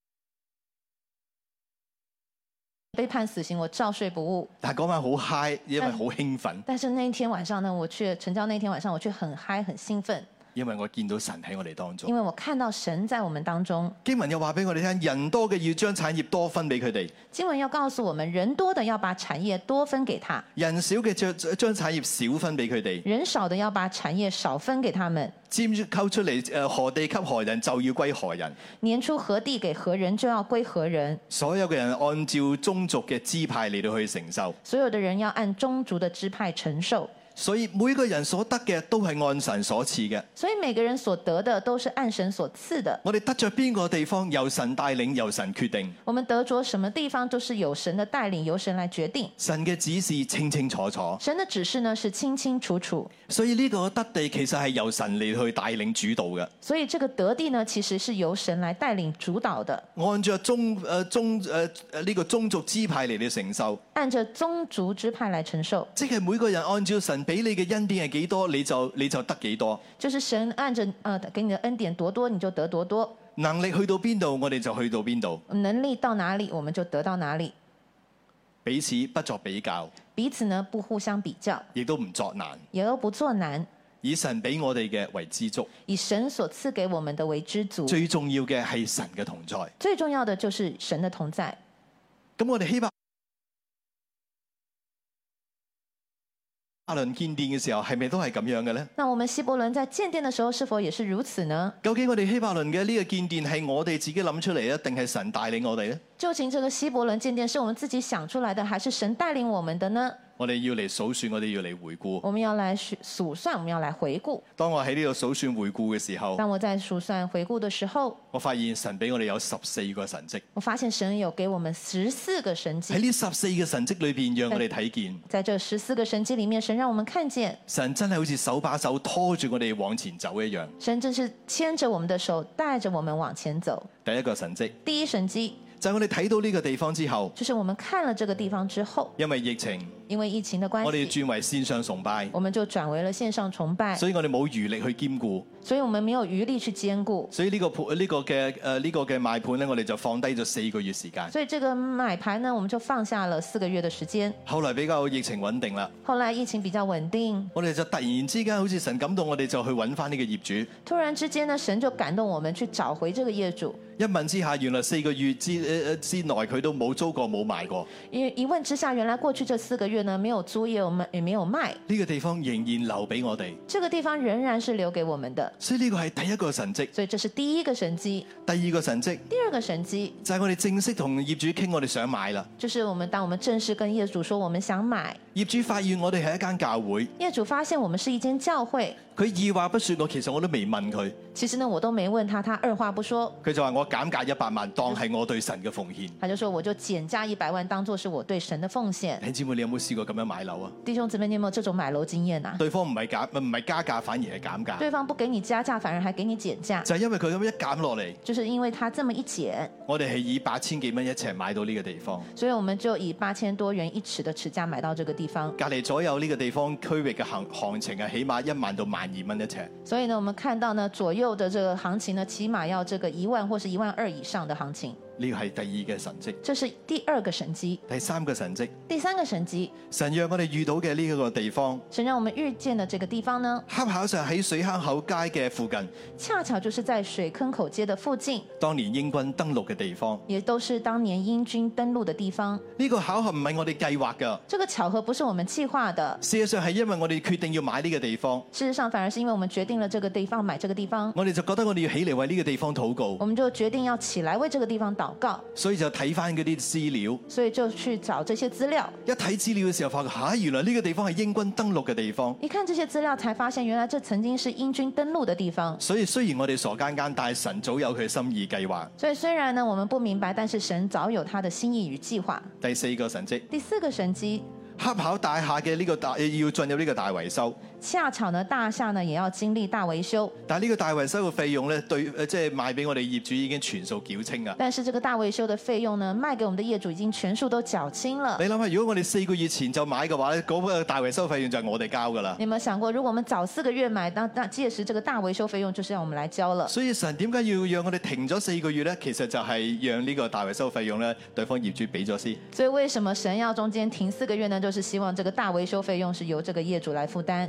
被判死刑，我照睡不誤。
但係嗰晚好嗨，因為好興奮。
嗯但是那一天晚上呢，我却成交那天晚上，我却很嗨，很兴奋。
因為我見到神喺我哋當中
因。为我看到神在我们当中。
經文又話俾我哋聽，人多嘅要將產業多分俾佢哋，
经文要告诉我们，人多的要把产业多分给他，
人少嘅將將產業少分俾佢哋。
人少的要把产业少分给他们。
尖溝出嚟，誒何地給何人就要歸何人。
年初何地给何人，就要归何人。
所有嘅人按照宗族嘅支派嚟到去承受，
所有的人要按宗族的支派承受。
所以每個人所得嘅都係按神所賜嘅。
所以每个人所得的都是按神所赐的。
我哋得着邊個地方，由神帶領，由神決定。
我们得着什么地方，都是有神的带领，由神来决定。
神嘅指示清清楚楚，
神的指示呢是清清楚楚，
所以呢個得地其實係由神嚟去帶領主導嘅。
所以这个得地呢其实是由神来带领主导的，
按照宗誒宗誒誒呢個宗族支派嚟到承受，
按着宗族支派来承受，
即係每個人按照神俾你嘅恩典係幾多，你就你就得幾多。
就是神按着呃给你的恩典多多，你就得多多，
能力去到邊度，我哋就去到邊度。
能力到哪里我们就得到哪里，
彼此不作比較，
彼此呢不互相比较，
亦都唔作難，
也都不做难，
以神俾我哋嘅為知足。
以神所赐给我们的为知足。
最重要嘅係神嘅同在。
最重要的就是神的同在。
咁我哋希伯阿倫建殿嘅時候，係咪都係咁樣嘅呢？
那我们希伯伦在建殿的时候是否也是如此呢？
究竟我哋希伯倫嘅呢個建殿係我哋自己諗出嚟啊咧，定係神帶領我哋呢？
究竟这个希伯伦建殿是我们自己想出来的，还是神带领我们的呢？
我哋要嚟數算，我哋要嚟回顧。
我们要来数数算，我们要来回顾。
當我喺呢度數算回顧嘅時候，
当我在数算回顾的时候，
我發現神俾我哋有十四個神跡。
我发现神有给我们十四个神
喺
迹。
呢十四個神跡裏邊，讓我哋睇見
在这十四个神迹里面，神让我们看见，
神真係好似手把手拖住我哋往前走一樣。
神真是牵着我们的手，带着我们往前走。
第一個神跡
第一神迹
就係我哋睇到呢個地方之後，
就是我们看了这个地方之后，
因為疫情，
因为疫情的关
我哋
系，
轉為線上崇拜，
我们就转为了线上崇拜，
所以我哋冇餘力去兼顧，
所以我们没有余力去兼顾。
所以呢、個盤呢、個嘅誒呢個嘅賣盤咧，我哋就放低咗四個月時間。
所以这个买牌呢，我们就放下了四个月的时间。
後來比較疫情穩定啦，
后来疫情比较穩定，
我哋就突然之間好似神感動我哋，就去揾翻呢個業主。
突然之间呢，神就感动我们去找回这个业主。
一問之下，原來四個月之誒誒之內佢都冇租過冇賣過，
一一问之下，原来过去这四个月呢，没有租也有卖，也没有卖，
呢、個地方仍然留俾我哋。
这个地方仍然是留给我们的。
所以呢個係第一個神跡，
所以这是第一个神机，
第二個神跡
第二个神机
就係、我哋正式同業主傾，我哋想買啦。
就是我们当我们正式跟业主说我们想买，
業主發現我哋係一間教會，
业主发现我们是一间教会，
佢二話不說，我其實我都未問佢，
其实呢我都没问他，他二话不说，
佢就話我減價一百萬，當係我對神嘅奉獻。
他就说我就减价一百万当做是我对神的奉献
弟。兄姊妹，你有冇試過咁樣買樓啊？
弟兄姊妹，你有没有这种买楼经验啊？
對方唔係減，唔係加價，反而係減價，
对方不给你加价，反而还给你减价，
就係因為佢咁一減落嚟，
就是因为他这么一减，
我哋係以八千幾蚊一尺買到呢個地方。
所以我们就以八千多元一尺的尺价买到这个地方。
隔離左右呢個地方區域嘅行行情啊係起碼一萬到萬二蚊一尺，
所以呢，我们看到呢左右的这个行情呢，起码要这个一万或是一万二以上的行情，
呢個係第二嘅神跡。
这是第二个神机。
第三個神跡，
第三个神机，
神讓我哋遇到嘅呢一個地方，
神让我们遇见的这个地方呢，
恰巧就喺水坑口街嘅附近，
恰巧就是在水坑口街的附近，
當年英軍登陸嘅地方。
也都是当年英军登陆的地方。
呢、個巧合唔係我哋計劃㗎，
这个巧合不是我们计划的，
事實上係因為我哋決定要買呢個地方，
事实上反而是因为我们决定了这个地方买这个地方，
我哋就覺得我哋要起嚟為呢個地方禱
我
告，
们就决定要起来为这个地方祷告，
所以就睇翻嗰啲資料。
所以就去找这些资料。
一睇資料嘅時候，發覺吓、原來呢個地方係英軍登陸嘅地方。
一看这些资料，才发现原来这曾经是英军登陆的地方。
所以雖然我哋傻更更，但係神早有佢心意計劃。
所以虽然呢我们不明白，但是神早有他的心意与计划。
第四個神跡，
第四个神机，
恰巧大廈嘅呢個大要進入呢個大維修，
恰巧呢大厦呢也要经历大维修，
但係呢個大維修嘅費用咧，對呃即係賣俾我哋業主已經全數繳清啊！
但是这个大维修的费用呢卖给我们的业主已经全数都缴清了
你。諗下，如果我哋四個月前就買嘅話咧，嗰、個大維修費用就係我哋交㗎啦
你。有没有想过，如果我们早四个月买，那那届时这个大维修费用就是要我们来交了。
所以神點解要讓我哋停咗四個月呢？其實就係讓呢個大維修費用呢，對方業主俾咗先。
所以为什么神要中间停四个月呢？就是希望这个大维修费用是由这个业主来负担。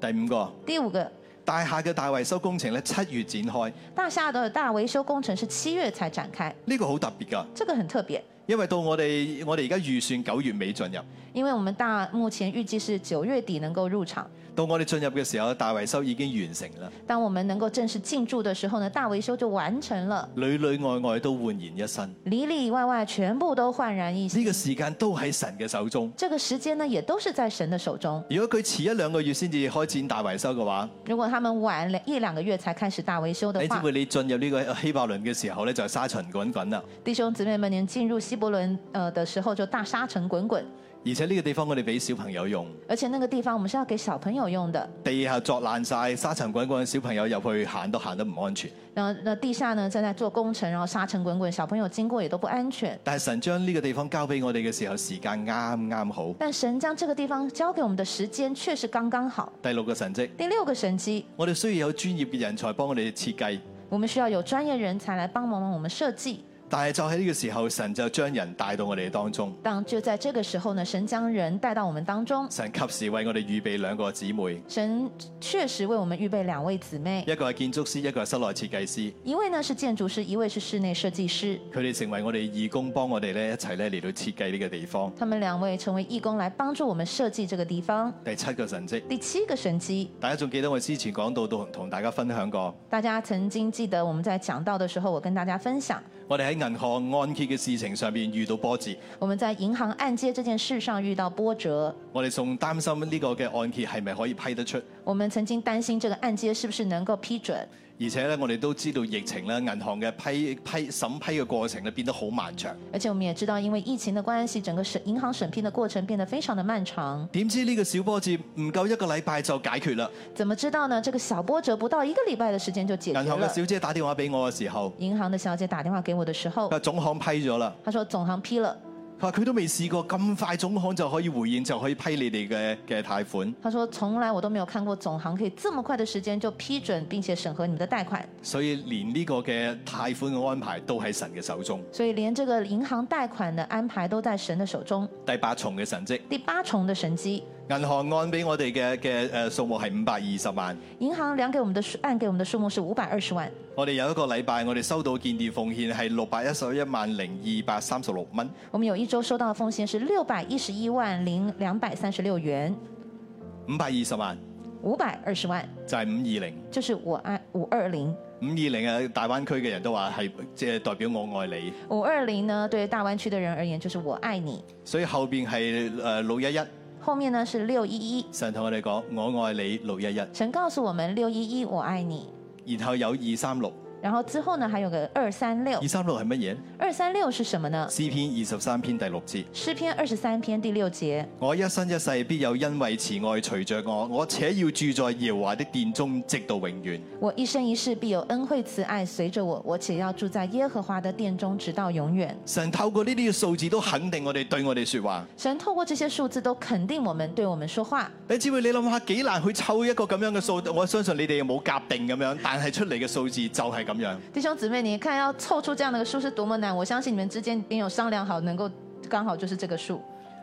第五個
第五个，
大廈嘅大維修工程咧七月展開，呢、
大厦的大维修工程是七月才展开，
個好特別㗎，
这个很特别，
因為到我哋我哋而家預算九月尾進入，
因为我们大目前预计是九月底能够入场。
到我哋進入嘅時候，大維修已經完成啦，
当我们能够正式进驻的时候呢，大维修就完成了，
裏裏外外都焕然一新。呢、
里里外外全部都焕然一新。
個時間都喺神嘅手中。
这个时间呢，也都是在神的手中。
如果佢遲一兩個月先至開展大維修嘅話，
如果他们晚了一两个月才开始大维修的
你知
话
唔，知你進入呢個希伯倫嘅時候咧，就沙塵滾滾啦。
弟兄姊妹们，你们进入希伯伦呃的时候就大沙尘滚滚，
而且呢個地方我哋俾小朋友用，
而且那个地方我们是要给小朋友用的。
地下作爛晒，沙塵滾滾，小朋友入去行都行得唔安全。
然后那地下呢正在做工程，然后沙尘滚滚，小朋友经过也都不安全。
但係神將呢個地方交俾我哋嘅時候，時間啱啱好。
但神将这个地方交给我们的时间确实刚刚好。
第六個神跡，
第六个神机，
我哋需要有專業嘅人才幫我哋設計，
我们需要有专业人才来帮忙我们设计。
但係就喺呢個時候，神就將人帶到我哋當中。
当就在这个时候呢，神将人带到我们当中，
神及時為我哋預備兩個姊妹，
神确实为我们预备两位姊妹，
一個係建築師，一個係室內設計師。
一位呢是建筑师，一位是室内设计师。
佢哋成為我哋義工，幫我哋咧一齊咧嚟到設計呢個地方。
他们两位成为义工来帮助我们设计这个地方。
第七個神跡，
第七个神机，
大家仲記得我之前講到同同大家分享過，
大家曾经记得我们在讲到的时候，我跟大家分享，
我哋喺銀行按揭嘅事情上面遇到波折，
我们在银行按揭这件事上遇到波折，
我哋仲擔心呢個嘅按揭係咪可以批得出，
我们曾经担心这个按揭是不是能够批准，
而且咧我哋都知道疫情咧，銀行嘅批批審批嘅過程咧變得好漫長。
而且我们也知道，因为疫情的关系，整个审银行审批的过程变得非常的漫长。
點知呢個小波折唔夠一個禮拜就解決啦。
怎么知道呢？这个小波折不到一个礼拜的时间就解
銀
决
行嘅
了。
小姐打電話俾我嘅時候，
银行的小姐打电话给我的时候
佢，話總行批咗啦。
她说总行批了。
佢話佢都未試過咁快總行就可以回應就可以批你哋嘅嘅貸款。
她说从来我都没有看过总行可以这么快的时间就批准并且审核你们的贷款，
所以連呢個嘅貸款嘅安排都喺神嘅手中。
所以连这个银行贷款的安排都在神的手中。
第八重嘅神跡，
第八重的神机，
銀行按俾我哋嘅嘅誒數目係五百二十萬。
银行量给我们的数按给我們的数目是五百二十万。
我哋有一個禮拜，我哋收到建殿奉獻係六百一十一萬零二百三十六蚊。
我们有一周收到的奉献是六百一十一万零两百三十六元，
五百二十萬
五百二十万
就係五二零。
就是我爱五二零。
五二零啊，大灣區嘅人都話係即係代表我愛你。
五二零呢，对大湾区的人而言就是我爱你。
所以後邊係誒六一一，
后面呢是六一一，
神同我哋講我愛你六一一。
神告诉我们六一一我爱你，
然後有二三六，
然后之后呢还有个二三六
二，三六係乜嘢？
二三六是什么呢？
詩篇二十三篇第六節。
诗篇二十三篇第六节，
我一生一世必有恩惠慈愛隨着我，我且要住在耶和華的殿中，直到永遠。
我一生一世必有恩惠慈爱随着我，我且要住在耶和华的殿中直到永远。
神透過呢啲嘅數字都肯定我哋對我哋说話。
神透过这些数字都肯定我们，对我们说话。
你知唔知你諗下幾難去湊一個咁樣嘅數？我相信你哋冇夾定咁樣，但係出嚟嘅數字就係咁樣。
弟兄姊妹，你看要凑出这样的一个数是多么难，我相信你们之间一定有商量好，能够刚好就是这个数。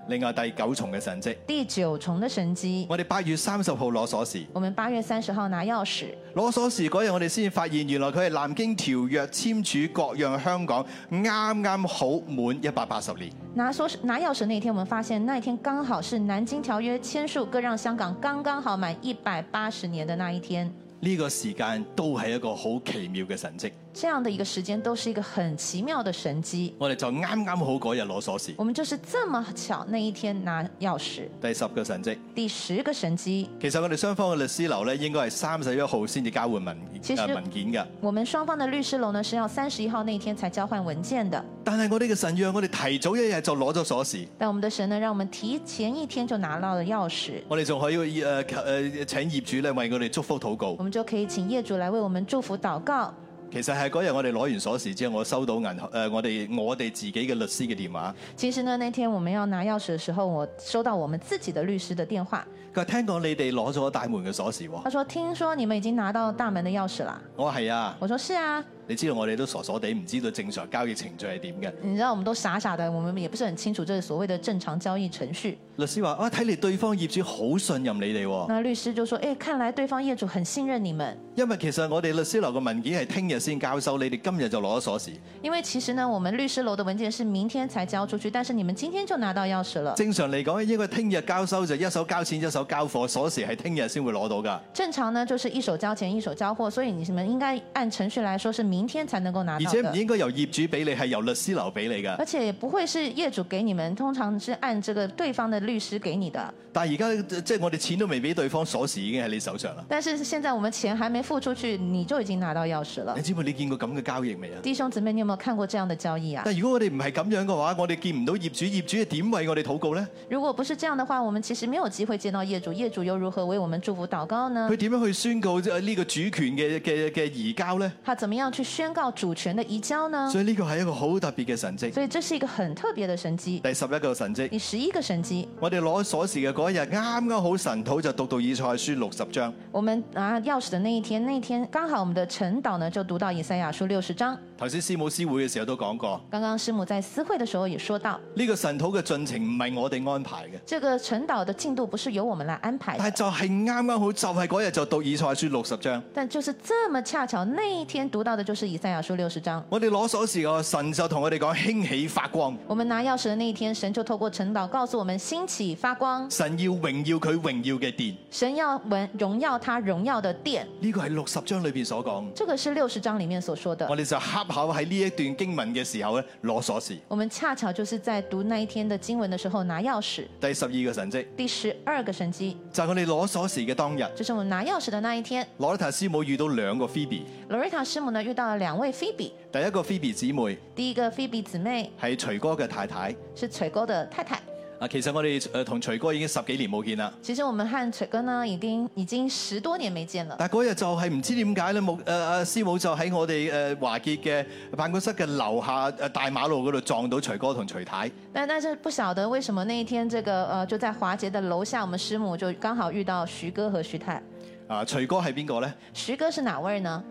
另外第九重嘅神迹，
第九重的神机，
我哋八月三十號攞鎖匙，
我们八月三十號拿鑰匙，
攞鎖匙嗰日我哋先發現原來佢係南京條約簽署各樣香港啱啱好滿一百八十年。
拿鎖匙拿鑰匙那天，我们发现那一天刚好是南京条约签署，各让香港刚刚好满一百八十年的那一天。
呢、個个时间都係一個好奇妙嘅神迹。
这样的一个时间都是一个很奇妙的神机。
我哋就啱啱好嗰日攞鎖匙。
我們就是这么巧那一天拿鑰匙。
第十個神跡，
第十個神机，
其實我哋雙方嘅律師樓咧，應該係三十一號先至交換文
其實
呃文件㗎。
我们双方的律师楼呢是要三十一号那一天才交换文件的，
但係我哋嘅神讓我哋提早一日就攞咗鎖匙，
但我们的神呢让我们提前一天就拿到了鑰匙，
我哋仲可以誒誒、呃請業主咧為我哋祝福禱告
我。们就可以請業主來為我們祝福禱告。
其實係嗰日我哋攞完鎖匙之後，我收到銀行誒、呃我哋我哋自己嘅律師嘅電話，
其實呢，那天我们要拿鑰匙的时候，我收到我们自己的律師的電話，
佢話聽講你哋攞咗大門嘅鎖匙喎。
他说：“聽說你們已經拿到大門的�钥匙啦。
我話係啊，
我说：“是啊。”
你知道我哋都傻傻地唔知道正常交易程序係點嘅。
你知道我们都傻傻的，我们也不是很清楚这个所谓的正常交易程序。
律師話：啊，睇嚟對方業主好信任你哋喎，
那律师就说：“哎，看来对方业主很信任你们，
因為其實我哋律師樓嘅文件係聽日先交收，你哋今日就攞咗鎖匙。
因为其实呢，我们律师楼的文件是明天才交出去，但是你们今天就拿到钥匙了。
正常嚟講，應該聽日交收就一手交錢一手交貨，鎖匙係聽日先會攞到㗎。
正常呢就是一手交钱一手交货，所以你们应该按程序来说是明天才能够拿
而
到
且唔
的。”
應該由業主俾你，係由律師樓俾你㗎。
而且也不会是业主给你们，通常是按这个对方的律师给你的。
但係而家即係我哋錢都未俾對方，鎖匙已經喺你手上啦。
但是现在我们钱还没付出去，你就已经拿到钥匙了
你。知唔知你見過咁嘅交易未啊？
弟兄姊妹，你有没有看過这樣的交易啊？
但如果我哋唔係咁樣嘅話，我哋見唔到業主，業主又點為我哋禱告呢？
如果不是这样的话，我们其实没有机会見到業主，業主又如何為我们祝福禱告呢
佢？點樣去宣告呃呢個主權嘅嘅嘅移交呢？
他怎么樣去宣告主權的移交呢？
所以呢個係一個好特別嘅神跡。
所以这是一個很特別的神迹。
第十一個神跡，
第十一個神迹，
我哋攞鎖匙嘅嗰一日，啱啱好神土就讀到以賽書六十章。
我們拿鑰匙的那一天，那一天剛好我們的晨導呢就讀到以賽亞書六十章。
頭先師母師會嘅時候都講過，
剛剛師母在私會的時候也說到，
呢、個神土嘅進程唔係我哋安排嘅，
這個晨導的進度不是由我們來安排的
但係，就係啱啱好就係嗰日就讀以賽書六十章。
但就是這麼恰巧那一天讀到的就是以賽亞書六十章。
我哋攞鎖匙嘅神就同我哋講興起發光，
我們拿鑰匙的那一天，神就透過晨導告訴我們興起發光，
神要榮耀佢榮耀嘅殿。
神要文榮耀他榮耀的殿，
呢個係六十章裏邊所講。
这个是六十章里面所说的。
我哋就恰巧喺呢一段經文嘅時候咧攞鎖匙。
我们恰巧就是在讀那一天的經文的時候拿鑰匙。
第十二個神跡
第十二個神迹
就係我哋攞鎖匙嘅當日，
就是我們拿鑰匙的那一天，
羅麗塔師母遇到兩個 Phoebe，
洛瑞塔師母呢遇到了兩位菲比，
第一個 Phoebe 姊妹
第一個菲比姊妹
係徐哥嘅太太。
是垂哥的太太。
啊，其實我哋誒同徐哥已經十幾年冇見啦，
其實我們和垂哥呢已經已經十多年沒見了，
但嗰日就係唔知點解咧，冇誒誒師母就喺我哋誒、呃、華傑嘅辦公室嘅樓下誒、呃大馬路嗰度撞到徐哥同徐太。
但但是不曉得為什麼那一天這個呃就在華杰的樓下，我們師母就剛好遇到徐哥和徐太。
啊，徐哥係邊個咧
徐哥是哪位呢？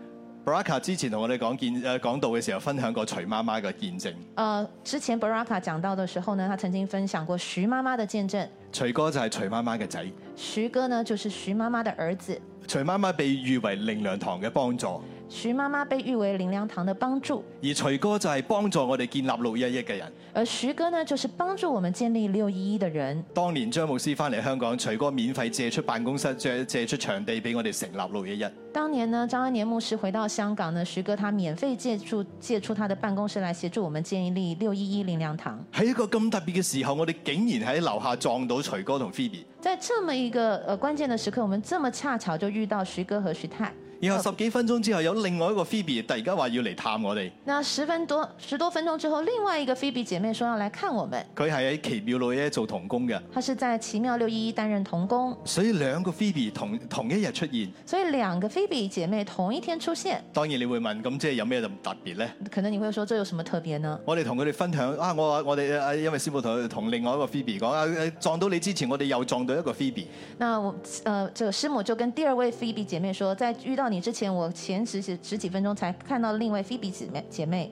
？Baraka 之前同我哋講見誒講道嘅時候分享過徐媽媽嘅見證，
呃，之前 Baraka 講到的時候呢，他曾經分享過徐媽媽的見證。
徐哥就係徐媽媽嘅仔。
徐哥呢，就是徐媽媽的兒子。
徐媽媽被譽為靈糧堂嘅幫助，
徐媽媽被譽為靈糧堂的幫助，
而徐哥就係幫助我哋建立六一一嘅人。
而徐哥呢，就是幫助我們建立六一一的人。
當年張牧師翻嚟香港，徐哥免費借出辦公室、借借出場地俾我哋成立六一一。
當年呢，張安年牧師回到香港呢，徐哥他免費借出借出他的辦公室來協助我們建立六一一靈糧堂。
喺一個咁特別嘅時候，我哋竟然喺樓下撞到徐哥同 Phoebe，
在這麼一個呃關鍵的時刻，我們這麼恰巧就遇到徐哥和徐太。
然後十幾分鐘之後有另外一個 Phoebe 突然間話要嚟探我哋，
那十分多十多分鐘之後，另外一個菲比姐妹說要來看我們，
佢係喺奇妙六一一做童工嘅，
她是在奇妙六一一擔任童工，
所以兩個 Phoebe 同同一日出現。
所以兩個菲比姐妹同一天出現。
當然你會問，咁即係有咩咁特別呢？
可能你會說這有什麼特別呢？
我哋同佢哋分享啊！我我哋啊因為師傅同同另外一個 Phoebe 講啊，啊撞到你之前，我哋又撞到一個 Phoebe。
那我呃，這個師母就跟第二位菲比姐妹說，在遇到你之前，我前十十十幾分鐘才看到另外菲比姐妹姐妹。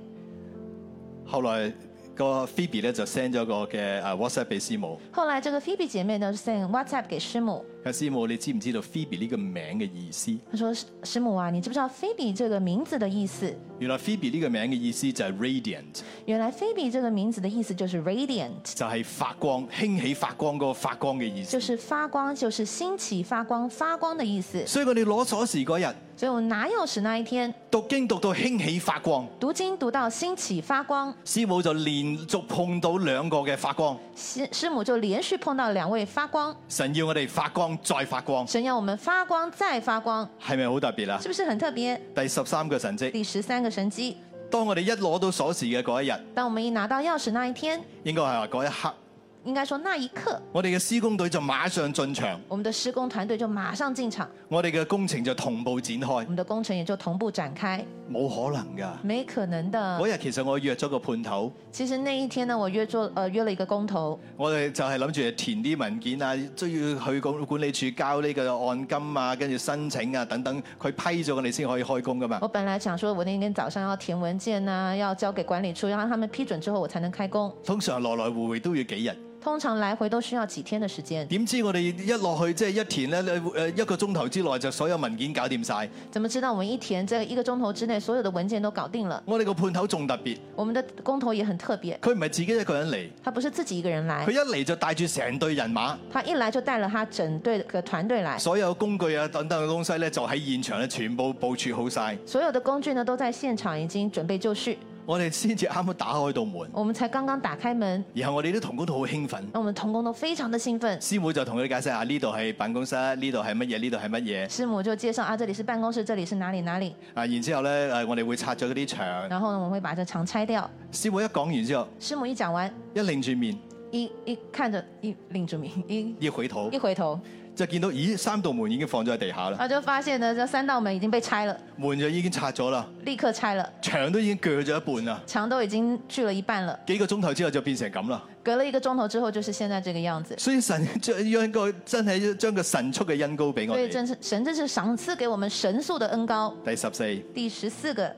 後來個 Phoebe 咧就 send 咗個嘅啊 WhatsApp 俾師母。
後來這個菲比姐妹呢 send WhatsApp 給師母，
啊師母，你知唔知道 Phoebe 呢個名嘅意思？
她說師師母啊，你知不知道菲比這個名字的意思？
原來 Phoebe 呢個名嘅意思就係 radiant，
原來菲比這個名字的意思就是 radiant，
就係發光、興起發光嗰個發光嘅意思
就。是發光，就是興起發光、發光的意思。
所以我哋攞鎖匙嗰日，
所以我拿鑰匙那一天，
讀經讀到興起發光，
讀經讀到興起發光，
師母就連續碰到兩個嘅發光。
師師母就連續碰到兩位發光，
神要我哋發光再發光，
神要我們發光再發光，
係咪好特別啊
是？不是很特別？
第十三個神跡。
第十三個神蹟，
當我哋一攞到鎖匙嘅嗰一日，
當我們一拿到鑰匙那一天，
應該係話嗰一刻，
应该说那一刻，
我哋嘅施工隊就馬上進場，
我们的施工团队就马上进场，
我哋嘅工程就同步展
我
開。
们的工程也就同步展开。
冇可能㗎。
没可能的。
嗰日其實我約咗個判頭，
其实那一天呢，我约做呃约了一个工头，
我哋就係諗住填啲文件啊，都要去管管理處交呢個按金啊，跟住申請啊等等，佢批咗我哋先可以開工㗎嘛。
我本来想说我那天早上要填文件呐、要交给管理处，要让他们批准之后我才能开工。
通常來來回回都要幾日，
通常来回都需要几天的时间。
點知我哋一落去即係一填咧，誒呃一個鐘頭之內就所有文件搞掂晒。
怎么知道我们一填这一个钟头之内所有的文件都搞定了？
我哋個判頭仲特別，
我们的工头也很特别，
佢唔係自己一個人嚟，
他不是自己一个人来
佢，一嚟就帶住成隊人馬，
他一来就带了他整队的团队来，
所有工具啊等等嘅東西咧就喺現場咧全部部署好晒。
所有的工具呢都在现场已经准备就绪。
我哋先至啱啱打開道門，
我们才刚刚打开门，
然後我哋啲同工都好興奮。
那我们童工都非常的兴奋。
師妹就同佢哋解釋啊，呢度係辦公室，呢度係乜嘢，呢度係乜嘢
师母就介绍啊，这里是办公室，这里是哪里哪里。
啊。然之後咧，誒我哋會拆咗嗰啲牆。
然后呢，我们会把这墙拆掉。
師妹一講完之後，
师母一讲完，
一擰住面，
一一看着一领住名，一
一回頭
一回头，
就見到，咦，三道門已經放咗喺地下啦，
啊就发现呢这三道门已经被拆了，
門就已經拆咗啦，
立刻拆了，
牆都已經鋸咗一半啦。
墙都已经锯了一半了。
幾個鐘頭之後就變成咁啦。
隔了一个钟头之后，就是现在这个样子。
所以神 將將個真係將個神速嘅恩高俾我
所以
哋。
真是神真是赏赐给我们神速的恩高。
第十四，
第十四个，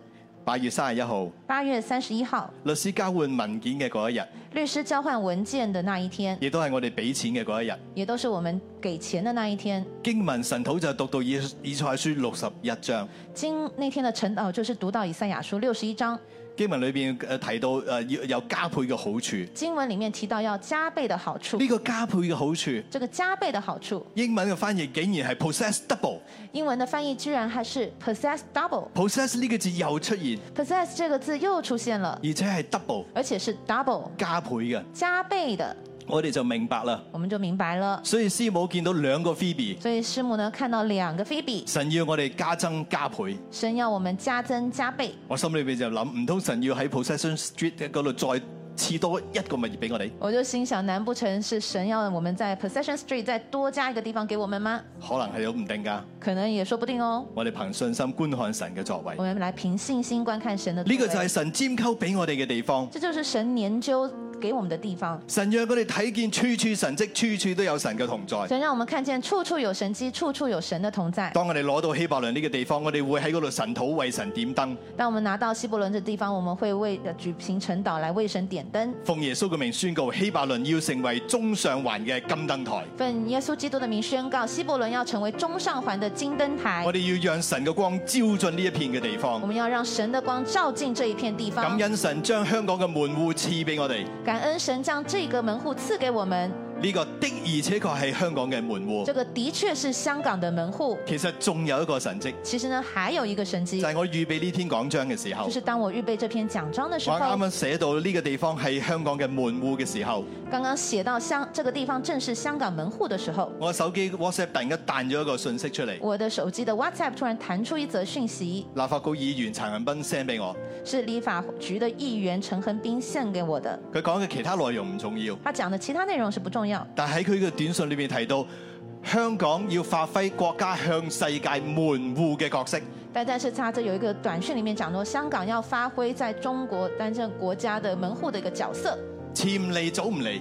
八月三十一號，
八月三十一號，
律師交換文件嘅嗰一日，
律师交换文件的那一天，
亦都係我哋俾錢嘅嗰一日。
也都是我们给钱的那一天。
經文神土就讀到以以賽書六十一章。
经那天的晨祷就是读到以赛亚书六十一章，
經文裏邊誒提到誒要有加倍嘅好處，呢、
经文里面提到要加倍的好处。
個加倍嘅好處，
这个加倍的好处，
英文嘅翻譯竟然係 possess double，possess
英文的翻译居然还是 possess double。
呢個字又出現，
possess 这个字又出现了，
而且係 double
而且是 double
加倍嘅，
加倍的，
我哋就明白啦。
我们就明白了。
所以師母見到兩個 Phoebe，
所以师母呢看到两个 Phoebe，
神要我哋加增加倍，
神要我们加增加倍。
我心裏邊就諗，唔通神要喺 possession street 嗰度再賜多一個物業俾我哋？
我就心想，难不成是神要我们在 Possession Street 再多加一个地方给我们吗？
可能係有唔定㗎，
可能也说不定哦。
我哋憑信心觀看神嘅作為，
我
呢、
们来凭信心观看神的作为。
個就係神尖溝俾我哋嘅地方。
这就是神研究给我们的地方。
神讓我哋睇見處處神蹟，處處都有神嘅同在。
神让我们看见处处有神机，处处有神的同在。
當我哋攞到希伯倫呢個地方，我哋會喺嗰度神土為神點燈，
当我们拿到希伯伦这地方，我们会为呃举行晨祷来为神点灯。
奉耶穌嘅名宣告，希伯倫要成為中上環嘅金燈台。
奉耶稣基督的名宣告，希伯伦要成为中上环的金灯台
我。哋要讓神嘅光照進呢一片嘅地
我
方。
们要让神的光照进这一片地
感
方。
恩神將香港嘅門户賜俾我哋，呢、
感恩神将这个门户赐给我们，
個的而且確係香港嘅門户
这。个的确是香港的门户。
其實仲有一個神蹟，
其实呢，还有一个神
就
机
係、，我預備呢篇講章嘅時
嗯
候
就，是当我预备这篇奖章的时
我啱
候，
啱寫到呢個地方係香港嘅門户嘅時候，
刚刚写到香这个地方正是香港门户的时候，
我手機 WhatsApp 突然間彈咗一個信息出嚟，
我的手机的 WhatsApp 突然彈出一則讯息，
立法局議員陳恒斌 send 俾我，
是立法局的议员陈恒斌献给我的。
佢講嘅其他內容唔重要。
他讲的其他内容是不重要，
但喺佢嘅短信裏面提到，香港要發揮國家向世界門户嘅角色，
但但是他这有一个短讯里面讲说，香港要发挥在中国担任国家的门户的一个角色。
遲唔嚟早唔嚟，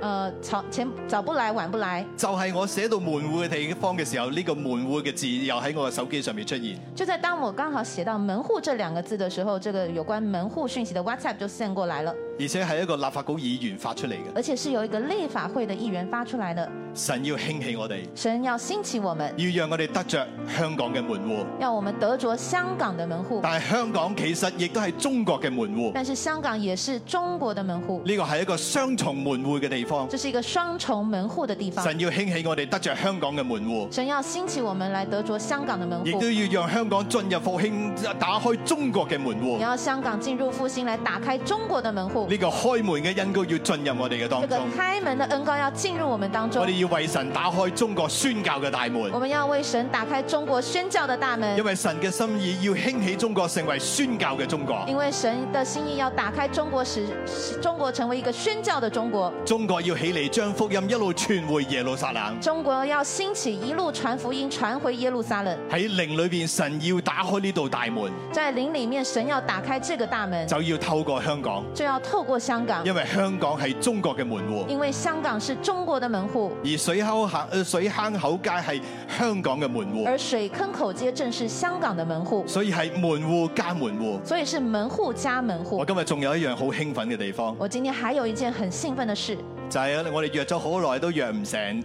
呃，早前早不来晚不来，
就係我寫到門户嘅地方嘅時候，呢、個門户嘅字又喺我嘅手機上面出現。
就在当我刚好写到“门户”这两个字的时候，这个有关门户讯息的 WhatsApp 就 send 過來了，
而且係一個立法局議員發出嚟嘅，
而且是由一个立法会的议员发出来的。
神要興起我哋，
神要兴起我们，
要讓我哋得着香港嘅門户。
要我们得着香港的门户，
但係香港其實亦都係中國嘅門户，
但是香港也是中国的门户，
呢個係一個雙重門户嘅地方。
这是一个双重门户的地方。
神要興起我哋得着香港嘅門户。
神要兴起我们来得着香港的门
亦
户，
都要讓香港進入復興，打開中國嘅門户
也。要香港进入复兴，来打开中国的门户。
呢個開門嘅恩膏要進入我哋嘅當
这个
中。
开门的恩膏要进入我们当中
我。哋要為神打開中國宣教嘅大門
我，们要為神打開中國宣教的大
因
門，
為神嘅心意要興起中國成為宣教嘅中國，
因為神的心意要打開中國，使使中國成為一個宣教的中國。
中國要起嚟將福音一路傳回耶路撒冷。
中國要興起，一路傳福音，傳回耶路撒冷。
喺靈裏邊，神要打開呢道大門，
在靈裡面，神要打開這個大門，
就要透過香港，
就要透過香港，
因為香港係中國嘅門戶，
因為香港是中國的門戶，
而水口巷、呃水坑口街係香港嘅門戶，
而水坑口街正是香港的門戶，
所以係門戶加門戶。
所以是門戶加門
我
戶。
今日仲有一樣好興奮嘅地方，
我今天還有一件很興奮的事，
就係、我哋約咗好耐都約唔成，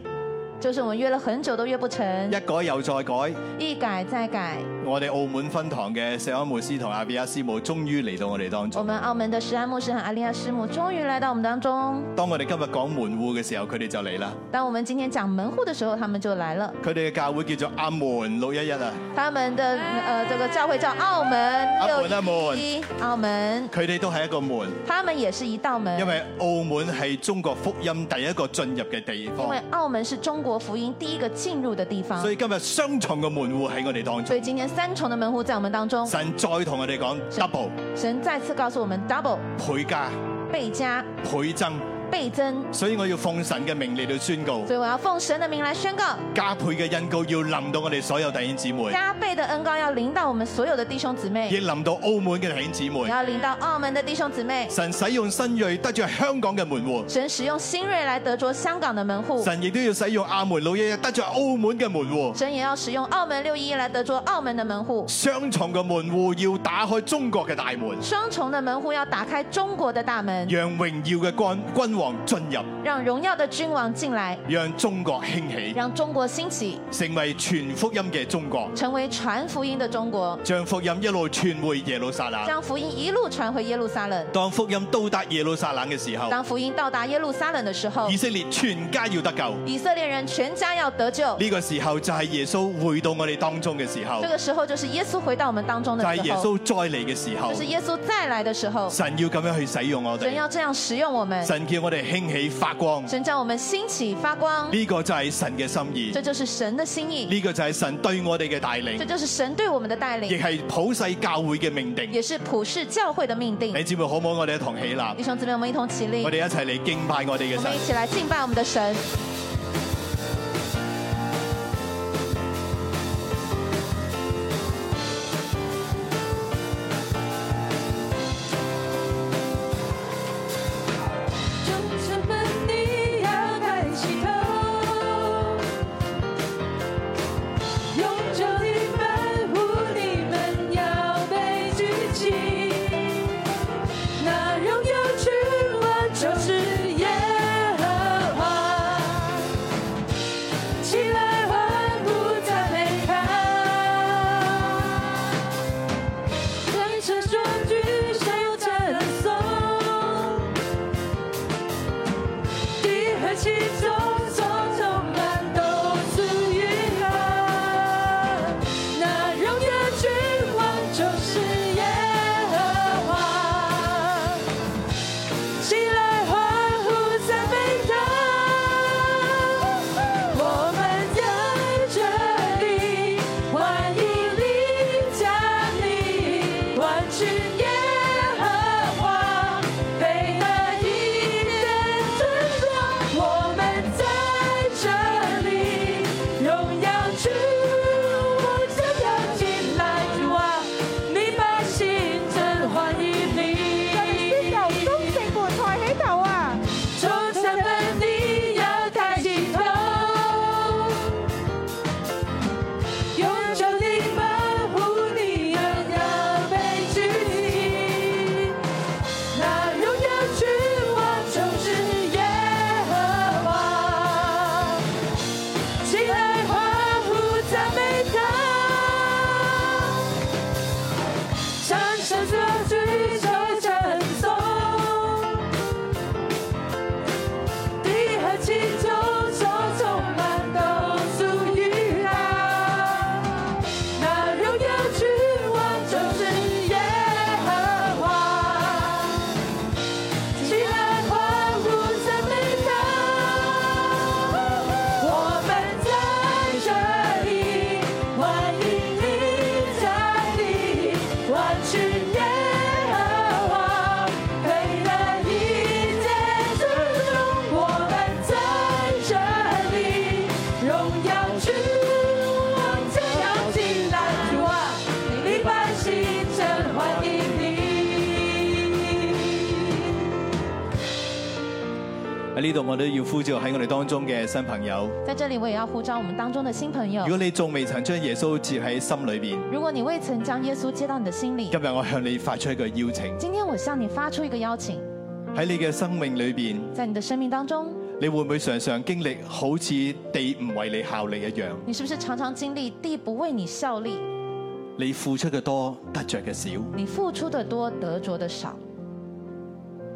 就是我們約了很久都約不成，
一改又再改。
一改再改。
我哋澳門分堂嘅石安牧師同阿比亞師母終於嚟到我哋當
我
中。
們澳門的石安牧師和阿利亞師母終於來到我們當中。
當我哋今日講門户嘅時候，佢哋就嚟啦。
當我們今天講門戶的時候，他們就來了。
佢哋嘅教會叫做阿門六一一啊，
他們的呃這個教會叫澳門
阿
六
門阿門，
一澳門，
佢哋都係一個門，
他們也是一道門
因，為澳門係中國福音第一個進入嘅地
因為
方，
澳門是中國福音第一個進入的地方
所。以今日雙重嘅門户喺我哋當
所
中。
以今天三重的門戶在我們當中，
神再同我哋講 double
神再次告訴我們 double
倍加
倍加
倍增，
倍增。
所以我要奉神嘅名嚟到宣告，
所以我要奉神的名來宣告，
加倍嘅恩膏要臨到我哋所有弟兄姊妹，
加倍的恩膏要臨到我們所有的弟兄姊
亦
妹，
臨到澳門嘅弟兄姊妹
也。要臨到澳門的弟兄姊妹。
神使用新锐得着香港嘅門户，
神使用新锐來得着香港的門戶，
神亦都要使用阿門老一一得着澳門嘅門户，
神也要使用澳門六一一來得着澳門的門戶。
雙重嘅門户要打開中國嘅大門，
雙重的門戶要打開中國的大門，
讓榮耀嘅君君王進入，
讓榮耀的君王進來，
讓中國興
讓中國興起，
起，成為全福音嘅中國，
成為傳福音的中國，
將福音一路傳回耶路撒冷。
將福音一路傳回耶路撒冷。
當福音到達耶路撒冷嘅時候，
當福音到達耶路撒冷的時候
以，色列全家要得救。呢、
以色列人全家要得救。
個時候就係耶穌回到我哋當中嘅時候，
這
就
個時候就是耶穌回到我們當中的
係
時
耶
候，
穌再嚟嘅時候
就。是耶穌再來的時候。
神要咁樣去使用我
神
哋，
要這樣使用我們，
神叫我哋興起發光。
神叫我們興起發光，
呢個就係神嘅心意
這，就是神的心意。
呢個就係神對我哋嘅帶
这
領，
就是神对我们的帶
亦
領，
係普世教會嘅命定。
也是普世教会的命定
你。姊妹好唔好？我哋一同起立，
弟兄姊妹，我们一同起立，
哎我哋一齊嚟敬拜我哋嘅
我
神
们一。起来敬拜我们的神。
众神们，你要抬起头，永久的门户，你们要被举起。那荣耀之王就是耶和华，起来欢呼赞美他，对神说句声赞颂。地和其中所充满都属于他，那荣耀君王就是耶和华，起来欢呼赞美他，我们在这里欢迎你降临，万军耶和华被那一人。我们在啊
喺呢度我都要呼召喺我哋當中嘅新朋友，
在这里，我也要呼召我们当中的新朋友
如。果你仲未曾將耶穌接喺心裏邊，
如果你未曾将耶稣接到你的心里
今，日我向你發出一個邀請，
今天我向你发出一个邀请，
喺你嘅生命裏邊，
在你的生命当中，
你會唔會常常經歷好似地唔為你效力一樣？
你是不是常常经历地不为你效力，
你付出嘅多，得着嘅少，
你付出的多，得着的少，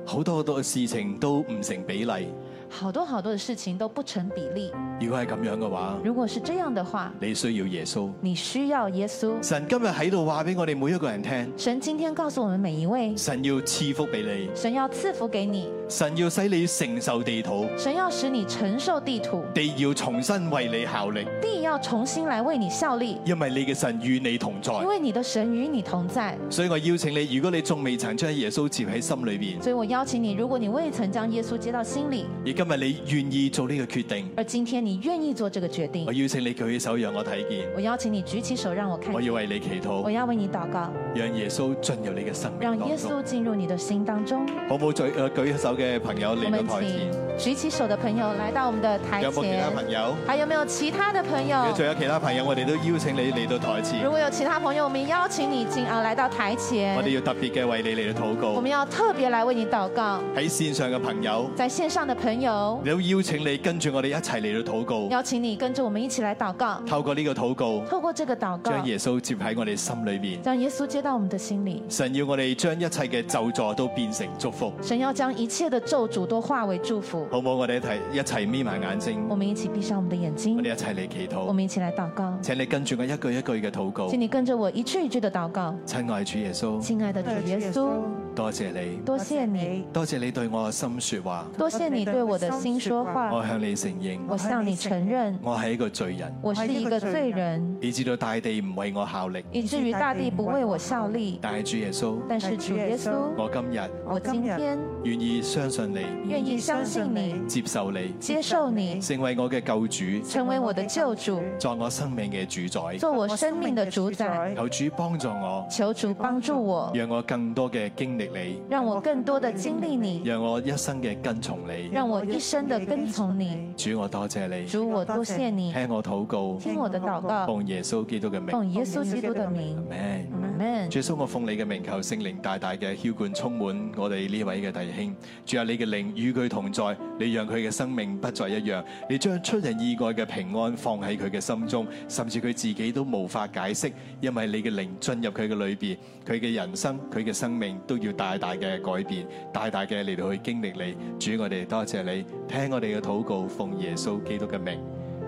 好多好多嘅事情都唔成比例。
好多好多的事情都不成比例。
如果係咁樣嘅話，
如果是这样的话，
你需要耶穌。
你需要耶稣。
神今日喺度話俾我哋每一個人聽，
神今天告诉我们每一位，
神要賜福俾你，
神要赐福给你，
神要使你承受地土，
神要使你承受地土，
地要重新為你效力，
地要重新来为你效力，
因為你嘅神與你同在
因。为你的神与你同在。
所以我邀請你，如果你仲未曾將耶穌接喺心裏邊，
所以我邀请你，如果你未曾将耶稣接到心里，
而今日你願意做呢個決定，
而今天你願意做这个决定
我，邀請你舉起手讓我睇見，
我邀请你举起手让我看
我
见，
要為你祈
我
禱，
要为你祷告，
讓耶穌進入你嘅生命
让耶
當中。
稣进入你的心当中。
好冇舉誒舉手嘅朋友
我
嚟
们
到台前，
请举起手的朋友来到我们的台
有冇其他
前，
朋友？
还有没有其他的朋
如
友
果？仲有其他朋友，我哋都邀請你嚟到台前
如。果有其他朋友，我们邀请你进啊来到台前
我，哋要特別嘅為你嚟到禱
我
告
们。要特别来为你祷告。
喺線上嘅朋友，
在线上的朋友，
你都邀請你跟住我哋一齊嚟到禱告。
邀請你跟着我们一起来祷告，
透過呢個禱告，
透过这个祷告
將，耶穌接喺我哋心裏面。
让耶稣接到我们的心里。
神要我哋將一切嘅咒助都變成祝福，
神要将一切的咒诅都化为祝福。
好唔好？我哋一齊一齊眯埋眼睛，
我们一起闭上我们的眼
我
睛，
哋一齊嚟祈
我
禱。
们一起来祷告。
請你跟住我一句一句嘅禱告
请。你跟着我一句一句的祷告。
親愛主耶穌，
亲爱哎的主耶稣，
多謝你，
多谢你，
多謝你對我嘅心说話。
多谢你对我的心说话
我。向你承認，
我向你承认，
我係一個罪人，
我是一个罪人，
你知道大地唔為我效力，
以至于大地不为我效力。
但係主耶穌，
但是主耶稣，
我今日
我今天
願意相信你，
愿意相信你，
接受你，
接受你，
成為我嘅救主，
成为我的救主，
作我生命嘅主宰。
做我生命的主宰。
求主幫助我，
求主帮助我，
讓我更多嘅經歷你。
让我更多的经历你，
让我一生嘅跟从你。
让我一生的跟从你。
主，我多谢你，
主，我多谢你，
听我祷告，
听我的祷告，
奉耶稣基督嘅名
奉耶稣基督的名。
，Amen。
Amen
主。耶穌，我奉你嘅名求聖靈大大嘅澆灌充滿我哋呢位嘅弟兄。主啊，你嘅靈與佢同在，你讓佢嘅生命不再一樣。你將出人意外嘅平安放喺佢嘅心中，甚至佢自己都無法解釋，因為你嘅靈進入佢嘅裏邊，佢嘅人生、佢嘅生命都要大大嘅改變，大大嘅嚟到去經歷你。主，我哋多謝你，聽我哋嘅禱告，奉耶穌基督嘅名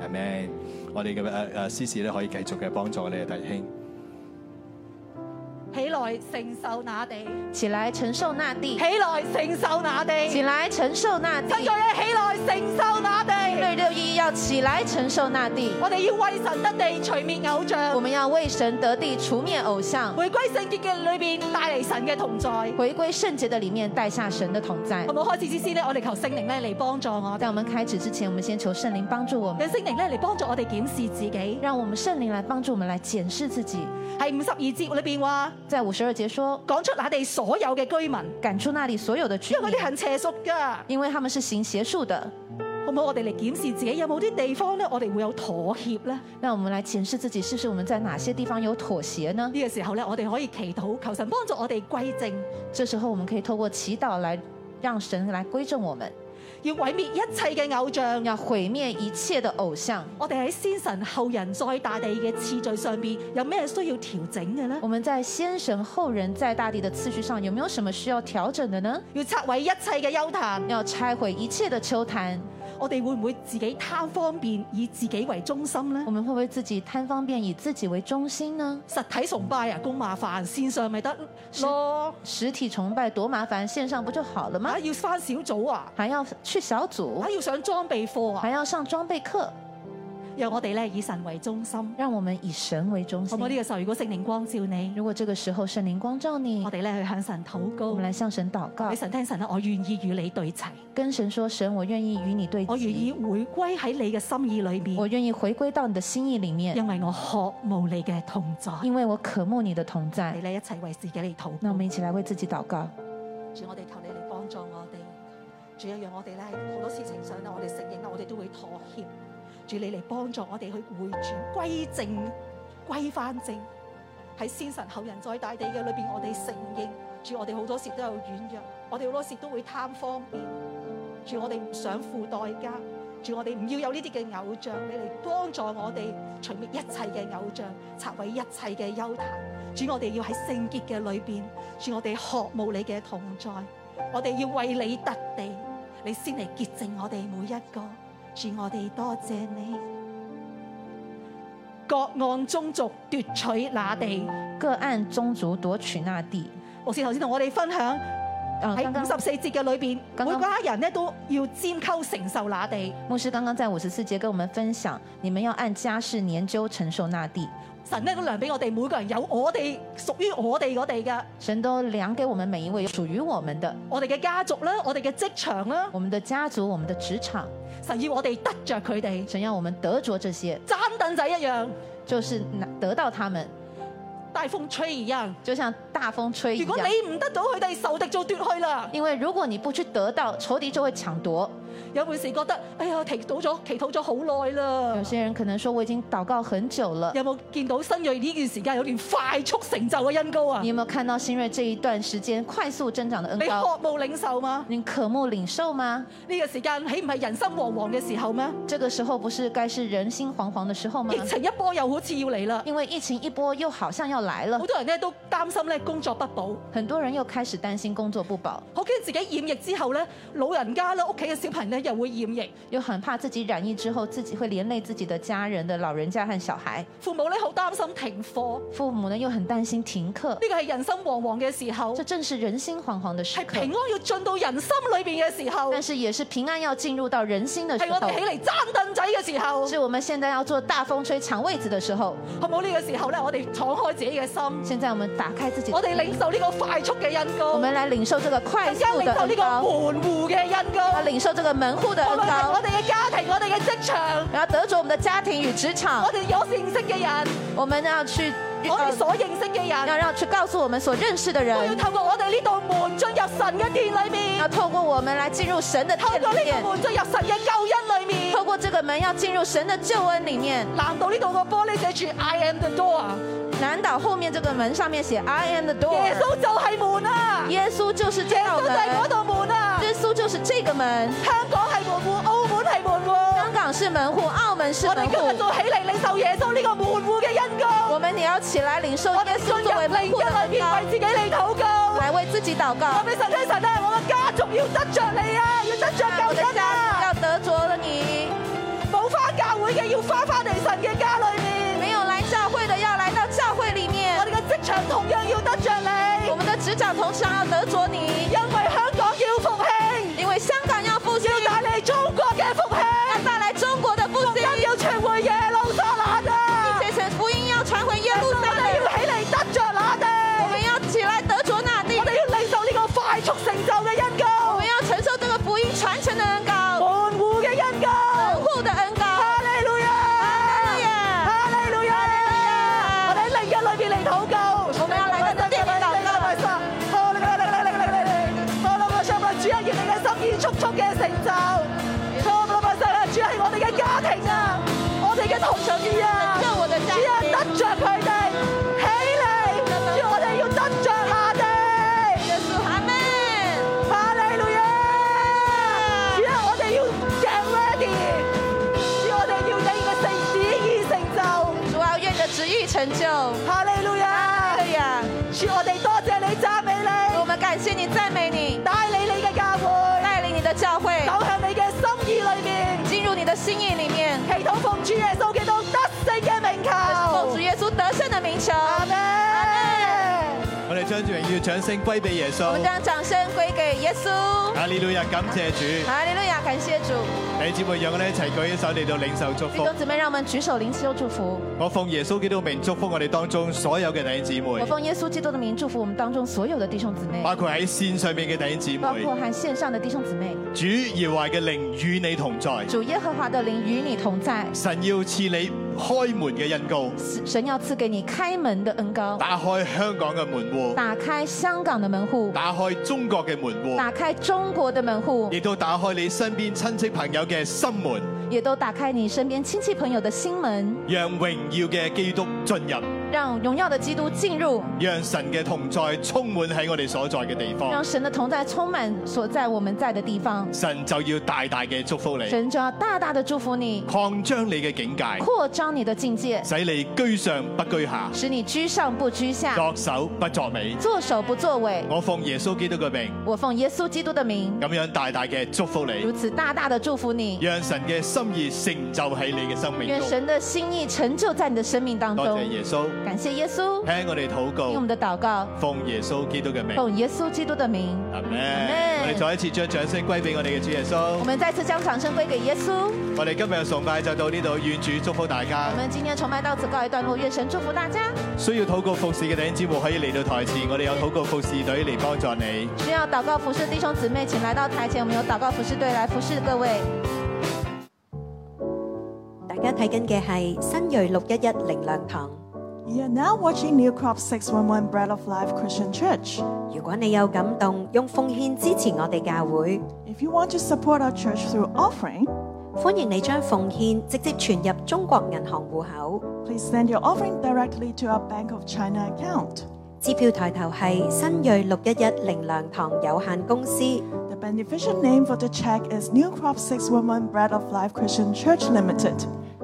，Amen。我哋嘅誒誒司事咧可以繼續嘅幫助我哋嘅弟兄。
起來承受那地，
起来承受那地，
起來承受那
起
地，
来承受那地
新。锐你起來承受那地。
对六一要起来承受那地，
我哋要為神得地，除滅偶
我
像，
们要为神得地，除灭偶像，
回歸聖潔嘅裏边帶嚟神嘅同在。
回归圣洁的里面，带下神的同在
我。冇開始之先呢，我哋求聖靈咧嚟幫助我哋，
在我们开始之前，我们先求圣灵帮助我们，
讓聖靈咧嚟幫助我哋檢視自己。
让我们圣灵来帮助我们来检视自己。
喺五十二節裏边話，
在五十二节说，
講出那地所有嘅居民，
赶出那里所有的居
因為
民
佢哋，行邪術㗎。
因为他们是行邪术的。
好唔好？我哋嚟檢視自己有冇啲地方咧，我哋會有妥協咧。呢、
那我们来检视自己，是不是我们在哪些地方有妥协呢？
個時候咧，我哋可以祈禱，求神幫助我哋歸正，
这时候我们可以透过祈祷来让神来归正我们，
要毀滅一切嘅偶像。
要毁灭一切的偶像。
我哋喺先神後人在大地嘅次序上邊，有咩需要調整嘅咧
我？们在先神后人在大地的次序上，有没有什么需要调整的呢？
要拆毀一切嘅丘壇，
要拆毁一切的丘坛，
我哋會唔會自己貪方便，以自己為中心咧
我？们会不会自己贪方便，以自己为中心呢？
實體崇拜啊，咁麻煩，線上咪得咯。
实体崇拜多麻烦，线上不就好了吗
啊，？要翻小組啊，
还要去小组
啊，，要上裝備課
还
啊，
要上裝备课，
讓我哋咧以神為中心。
让我们以神为中
好
心
唔好？。呢、個時候，如果聖靈光照你。
如果这个时候圣灵光照你
我，哋咧去向神禱
我
告
们，来向神祷告
俾，神聽神啊啦，我願意與你對齊，
跟神说：神，我愿意与你对
我願
齐，
意回歸喺你嘅心意裏
我
面，
愿意回归到你的心意里面，
因為我渴慕你嘅同在。
因为我渴慕你的同在
你。咧一齊為自己嚟禱
那我
告，
们一起来为自己祷告。
主我哋求你嚟幫助我哋，主啊，讓我哋咧好多事情上咧，我哋承認啦，我哋都會妥協。主你嚟幫助我哋去回轉歸正，歸翻正。喺先神後人在大地嘅裏邊，我哋承認主，我哋好多時都有軟弱，我哋好多時都會貪方便。主，我哋唔想付代價。主，我哋唔要有呢啲嘅偶像，你嚟幫助我哋除滅一切嘅偶像，拆毀一切嘅幽壇。主，我哋要喺聖潔嘅裏邊，主，我哋渴慕你嘅同在，我哋要為你特地，你先嚟潔淨我哋每一個。主，我哋多謝你。各岸宗族奪取那地，
个案宗族夺取那地。
牧師頭先同我哋分享
呃，
喺
刚
五
刚
十四節嘅裏邊，
剛
每
剛
家人咧都要尖溝承受那地。
牧师刚刚在五十四节跟我们分享，你们要按家世研究承受那地。
神咧都量俾我哋每個人有我哋屬於我哋我哋嘅，
神都量给我们每一位属于我们的，
我哋嘅家族啦，我哋嘅職場啦，
我们的家族、我们的职场，
神要我哋得着佢哋，
神要我们得着这些，
爭凳仔一樣，
就是拿得到他们，
大風吹一樣。
就像大风吹一
如果
样。
你唔得到佢哋，仇敵就奪去啦。
因为如果你不去得到，仇敌就会抢夺。
有冇時覺得，哎呀，祈禱咗，祈禱咗好耐啦
有。些人可能说我已经祷告很久了，
有冇見到新锐呢段時間有段快速成就嘅恩高啊
你？有没有看到新锐这一段时间快速增长的恩
你
高？
渴慕領受嗎？
你渴慕领受嗎？
呢、個時間岂唔係人心惶惶嘅時候咩？
这个时候不是该是人心惶惶的时候吗
疫？情一波又好似要嚟啦，
因为疫情一波又好像要来了
好，多人咧都擔心咧工作不保，
很多人又开始担心工作不保，
好驚自己染疫之後咧，老人家啦、屋企嘅小朋友咧又會染疫，
又很怕自己染疫之后自己会连累自己的家人的老人家和小孩。
父母咧好擔心停課，呢、
父母呢又很担心停课，
個係人心惶惶嘅時候
这，正是人心惶惶的时
係
刻
平。安要進到人心裏邊嘅時候，
但
係
是也是平安要进入到人心的时
我
候
哋，起嚟爭凳仔嘅時候，
是我们现在要做大风吹抢位子的时候。
好冇呢個時候咧，我哋敞開自己嘅心，
现在我们打开自己的
我哋領
心，
受呢個快速嘅恩高
我。们来领受这个快
更加
速
領
的
受呢
恩高，
個門户嘅恩高，
要领受这个门户的
無
恩
論係
高
我，哋嘅家庭、我哋嘅職場、
然后得着我们的家庭与职场
我，哋有認識嘅人、
我们要去，
我哋
呃
所認識嘅
要
人，
让去告诉我们所认识的
都要
人，
透過我哋呢道門進入神嘅殿裏面
要，透过我们来进入神的
透
殿
過
里
呢
面
道，門進入神嘅救恩裏面。
透过这個門要進入神的救恩里面。
難道呢度個玻璃寫住 I am the door，
南島後面這個門上面寫 I am the
耶
door，
穌就係門啊，耶
耶穌就是这道
穌就
門，
係嗰道門啊。
耶穌就是這個門。
香港係門户，澳門係門户，
香港是門户，澳門是
我
門
哋今日
户。
就起嚟領受耶穌呢個門户嘅恩
我
高，
們也要起來領受
我
耶
哋進
穌
入
作為
靈
門户的
嘅裏
恩
面為
膏，
自己嚟禱告。
來為自己禱告
我。俾神聽神啊！我嘅家族要得着你啊，要得着
我的
救恩
家
啊！
要得着了你，
冇翻教會嘅要翻翻嚟神嘅家裏面，
沒有來教會的要來到教會里
我
面。
哋嘅職場同樣要得着
我
你，
們的職長同常要得着你，
因為香港要復興，
因為香港要復興，
要帶嚟中國嘅復興，
帶來中國的復
福音
興，
要傳回耶路撒冷啊！
這些福音要傳回耶路
我
撒
哋
冷。
要起嚟得着那
我们
地，
要起来得着那地
我，哋要領受呢個快速成就嘅恩
我
膏
们，要承受这个福音传承的恩膏，
門戶嘅恩
门
膏，
户的恩膏。
哈利路亞，哈利路亞。我哋喺靈嘅裏邊嚟禱告。
我们要来到这里祷告，
主啊，愿你嘅心意速速嘅成就。主係我哋嘅家庭啊，我哋嘅同事啊，主啊，得着佢哋，起嚟，主我哋要得着下地，
耶稣，阿门。
哈利路亞！主啊，我哋要 get ready，主我哋要你嘅聖旨意成就，
主啊，愿你的旨意成就。
哈利路亞！
对呀，
主我哋多謝你讚美你。
我们感谢你，赞美你，
带你你嘅教會，
带领你的教会
走向你嘅心意裏面，
进入你的心意里面。
祈禱奉主耶穌基督得勝嘅名求。
奉主耶稣得胜的名求，
阿
我
门。
我哋將榮耀掌聲歸俾耶
们
穌。
将掌声归给耶稣。
哈利路亞，感謝主。
哈利路亚，感谢主。
弟兄姊妹，讓我哋一齊舉起手嚟到領受祝
弟
福
兄。姊妹，让我们举手领受祝福。
我奉耶穌基督名祝福我哋當中所有嘅弟兄姊
我
妹，
奉耶稣基督的名祝福我们当中所有的弟兄姊妹。
包括喺線上面嘅弟兄姊
包
妹
括。含线上的弟兄姊妹，
主耶和華嘅靈與你同在，
主耶和华的灵与你同在，
神要賜你開門嘅恩膏，
神要赐给你开门的恩膏，
打開香港嘅門户，
打开香港的门户，
打開中國嘅門户，
打开中国的门户，
亦都打開你身邊親戚朋友嘅心門，
也都打开你身边亲戚朋友的心门，
讓榮耀嘅基督進入，
让荣耀的基督进入，
讓神嘅同在充滿喺我哋所在嘅地方
让，神的同在充满所在我们在的地方，
神就要大大嘅祝福你，
神就要大大的祝福你，
擴張你嘅境界，
扩张你的境界，
使你居上不居下，
使你居上不居下，
作首不作尾。
作首不作尾。
我奉耶穌基督嘅名，
我奉耶稣基督的名，
咁樣大大嘅祝福
如
你，
此大大的祝福你，
讓神嘅心意成就喺你嘅生命
愿
中。
神的心意成就在你的生命当
多謝
中。
耶穌，
感谢耶稣，
聽我哋禱
听我
告
们，的祷告，
奉耶穌基督嘅名。
奉耶稣基督的名，
阿咩？
Amen
我哋再一次將掌聲歸俾我哋嘅主耶穌。
我们再次将掌声归给耶稣。
我哋今日嘅崇拜就到呢度，願主祝福大家
我。们今天崇拜到此告一段落，愿神祝福大家。
需要禱告服侍嘅弟兄姊妹可以嚟到台前，我哋有禱告服侍隊嚟幫助你。
需要祷告服侍弟兄姊妹，请来到台前，我们有祷告服侍队来服侍各位。
大家睇緊嘅係新锐六一一靈糧堂。
You're now watching New Crop 611 Bread of Life Christian Church.
如果你有感動，用奉獻支持我哋教會，
If you want to support our church through offering,
歡迎你將奉獻直接存入中國銀行户口。
please send your offering directly to our Bank of China account.
支票抬頭係新锐六一一靈糧堂有限公司，
The beneficial name for the check is New Crop 611 Bread of Life Christian Church Limited.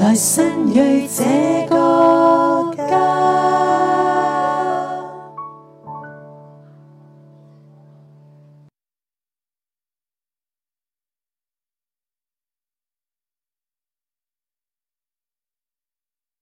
來新锐這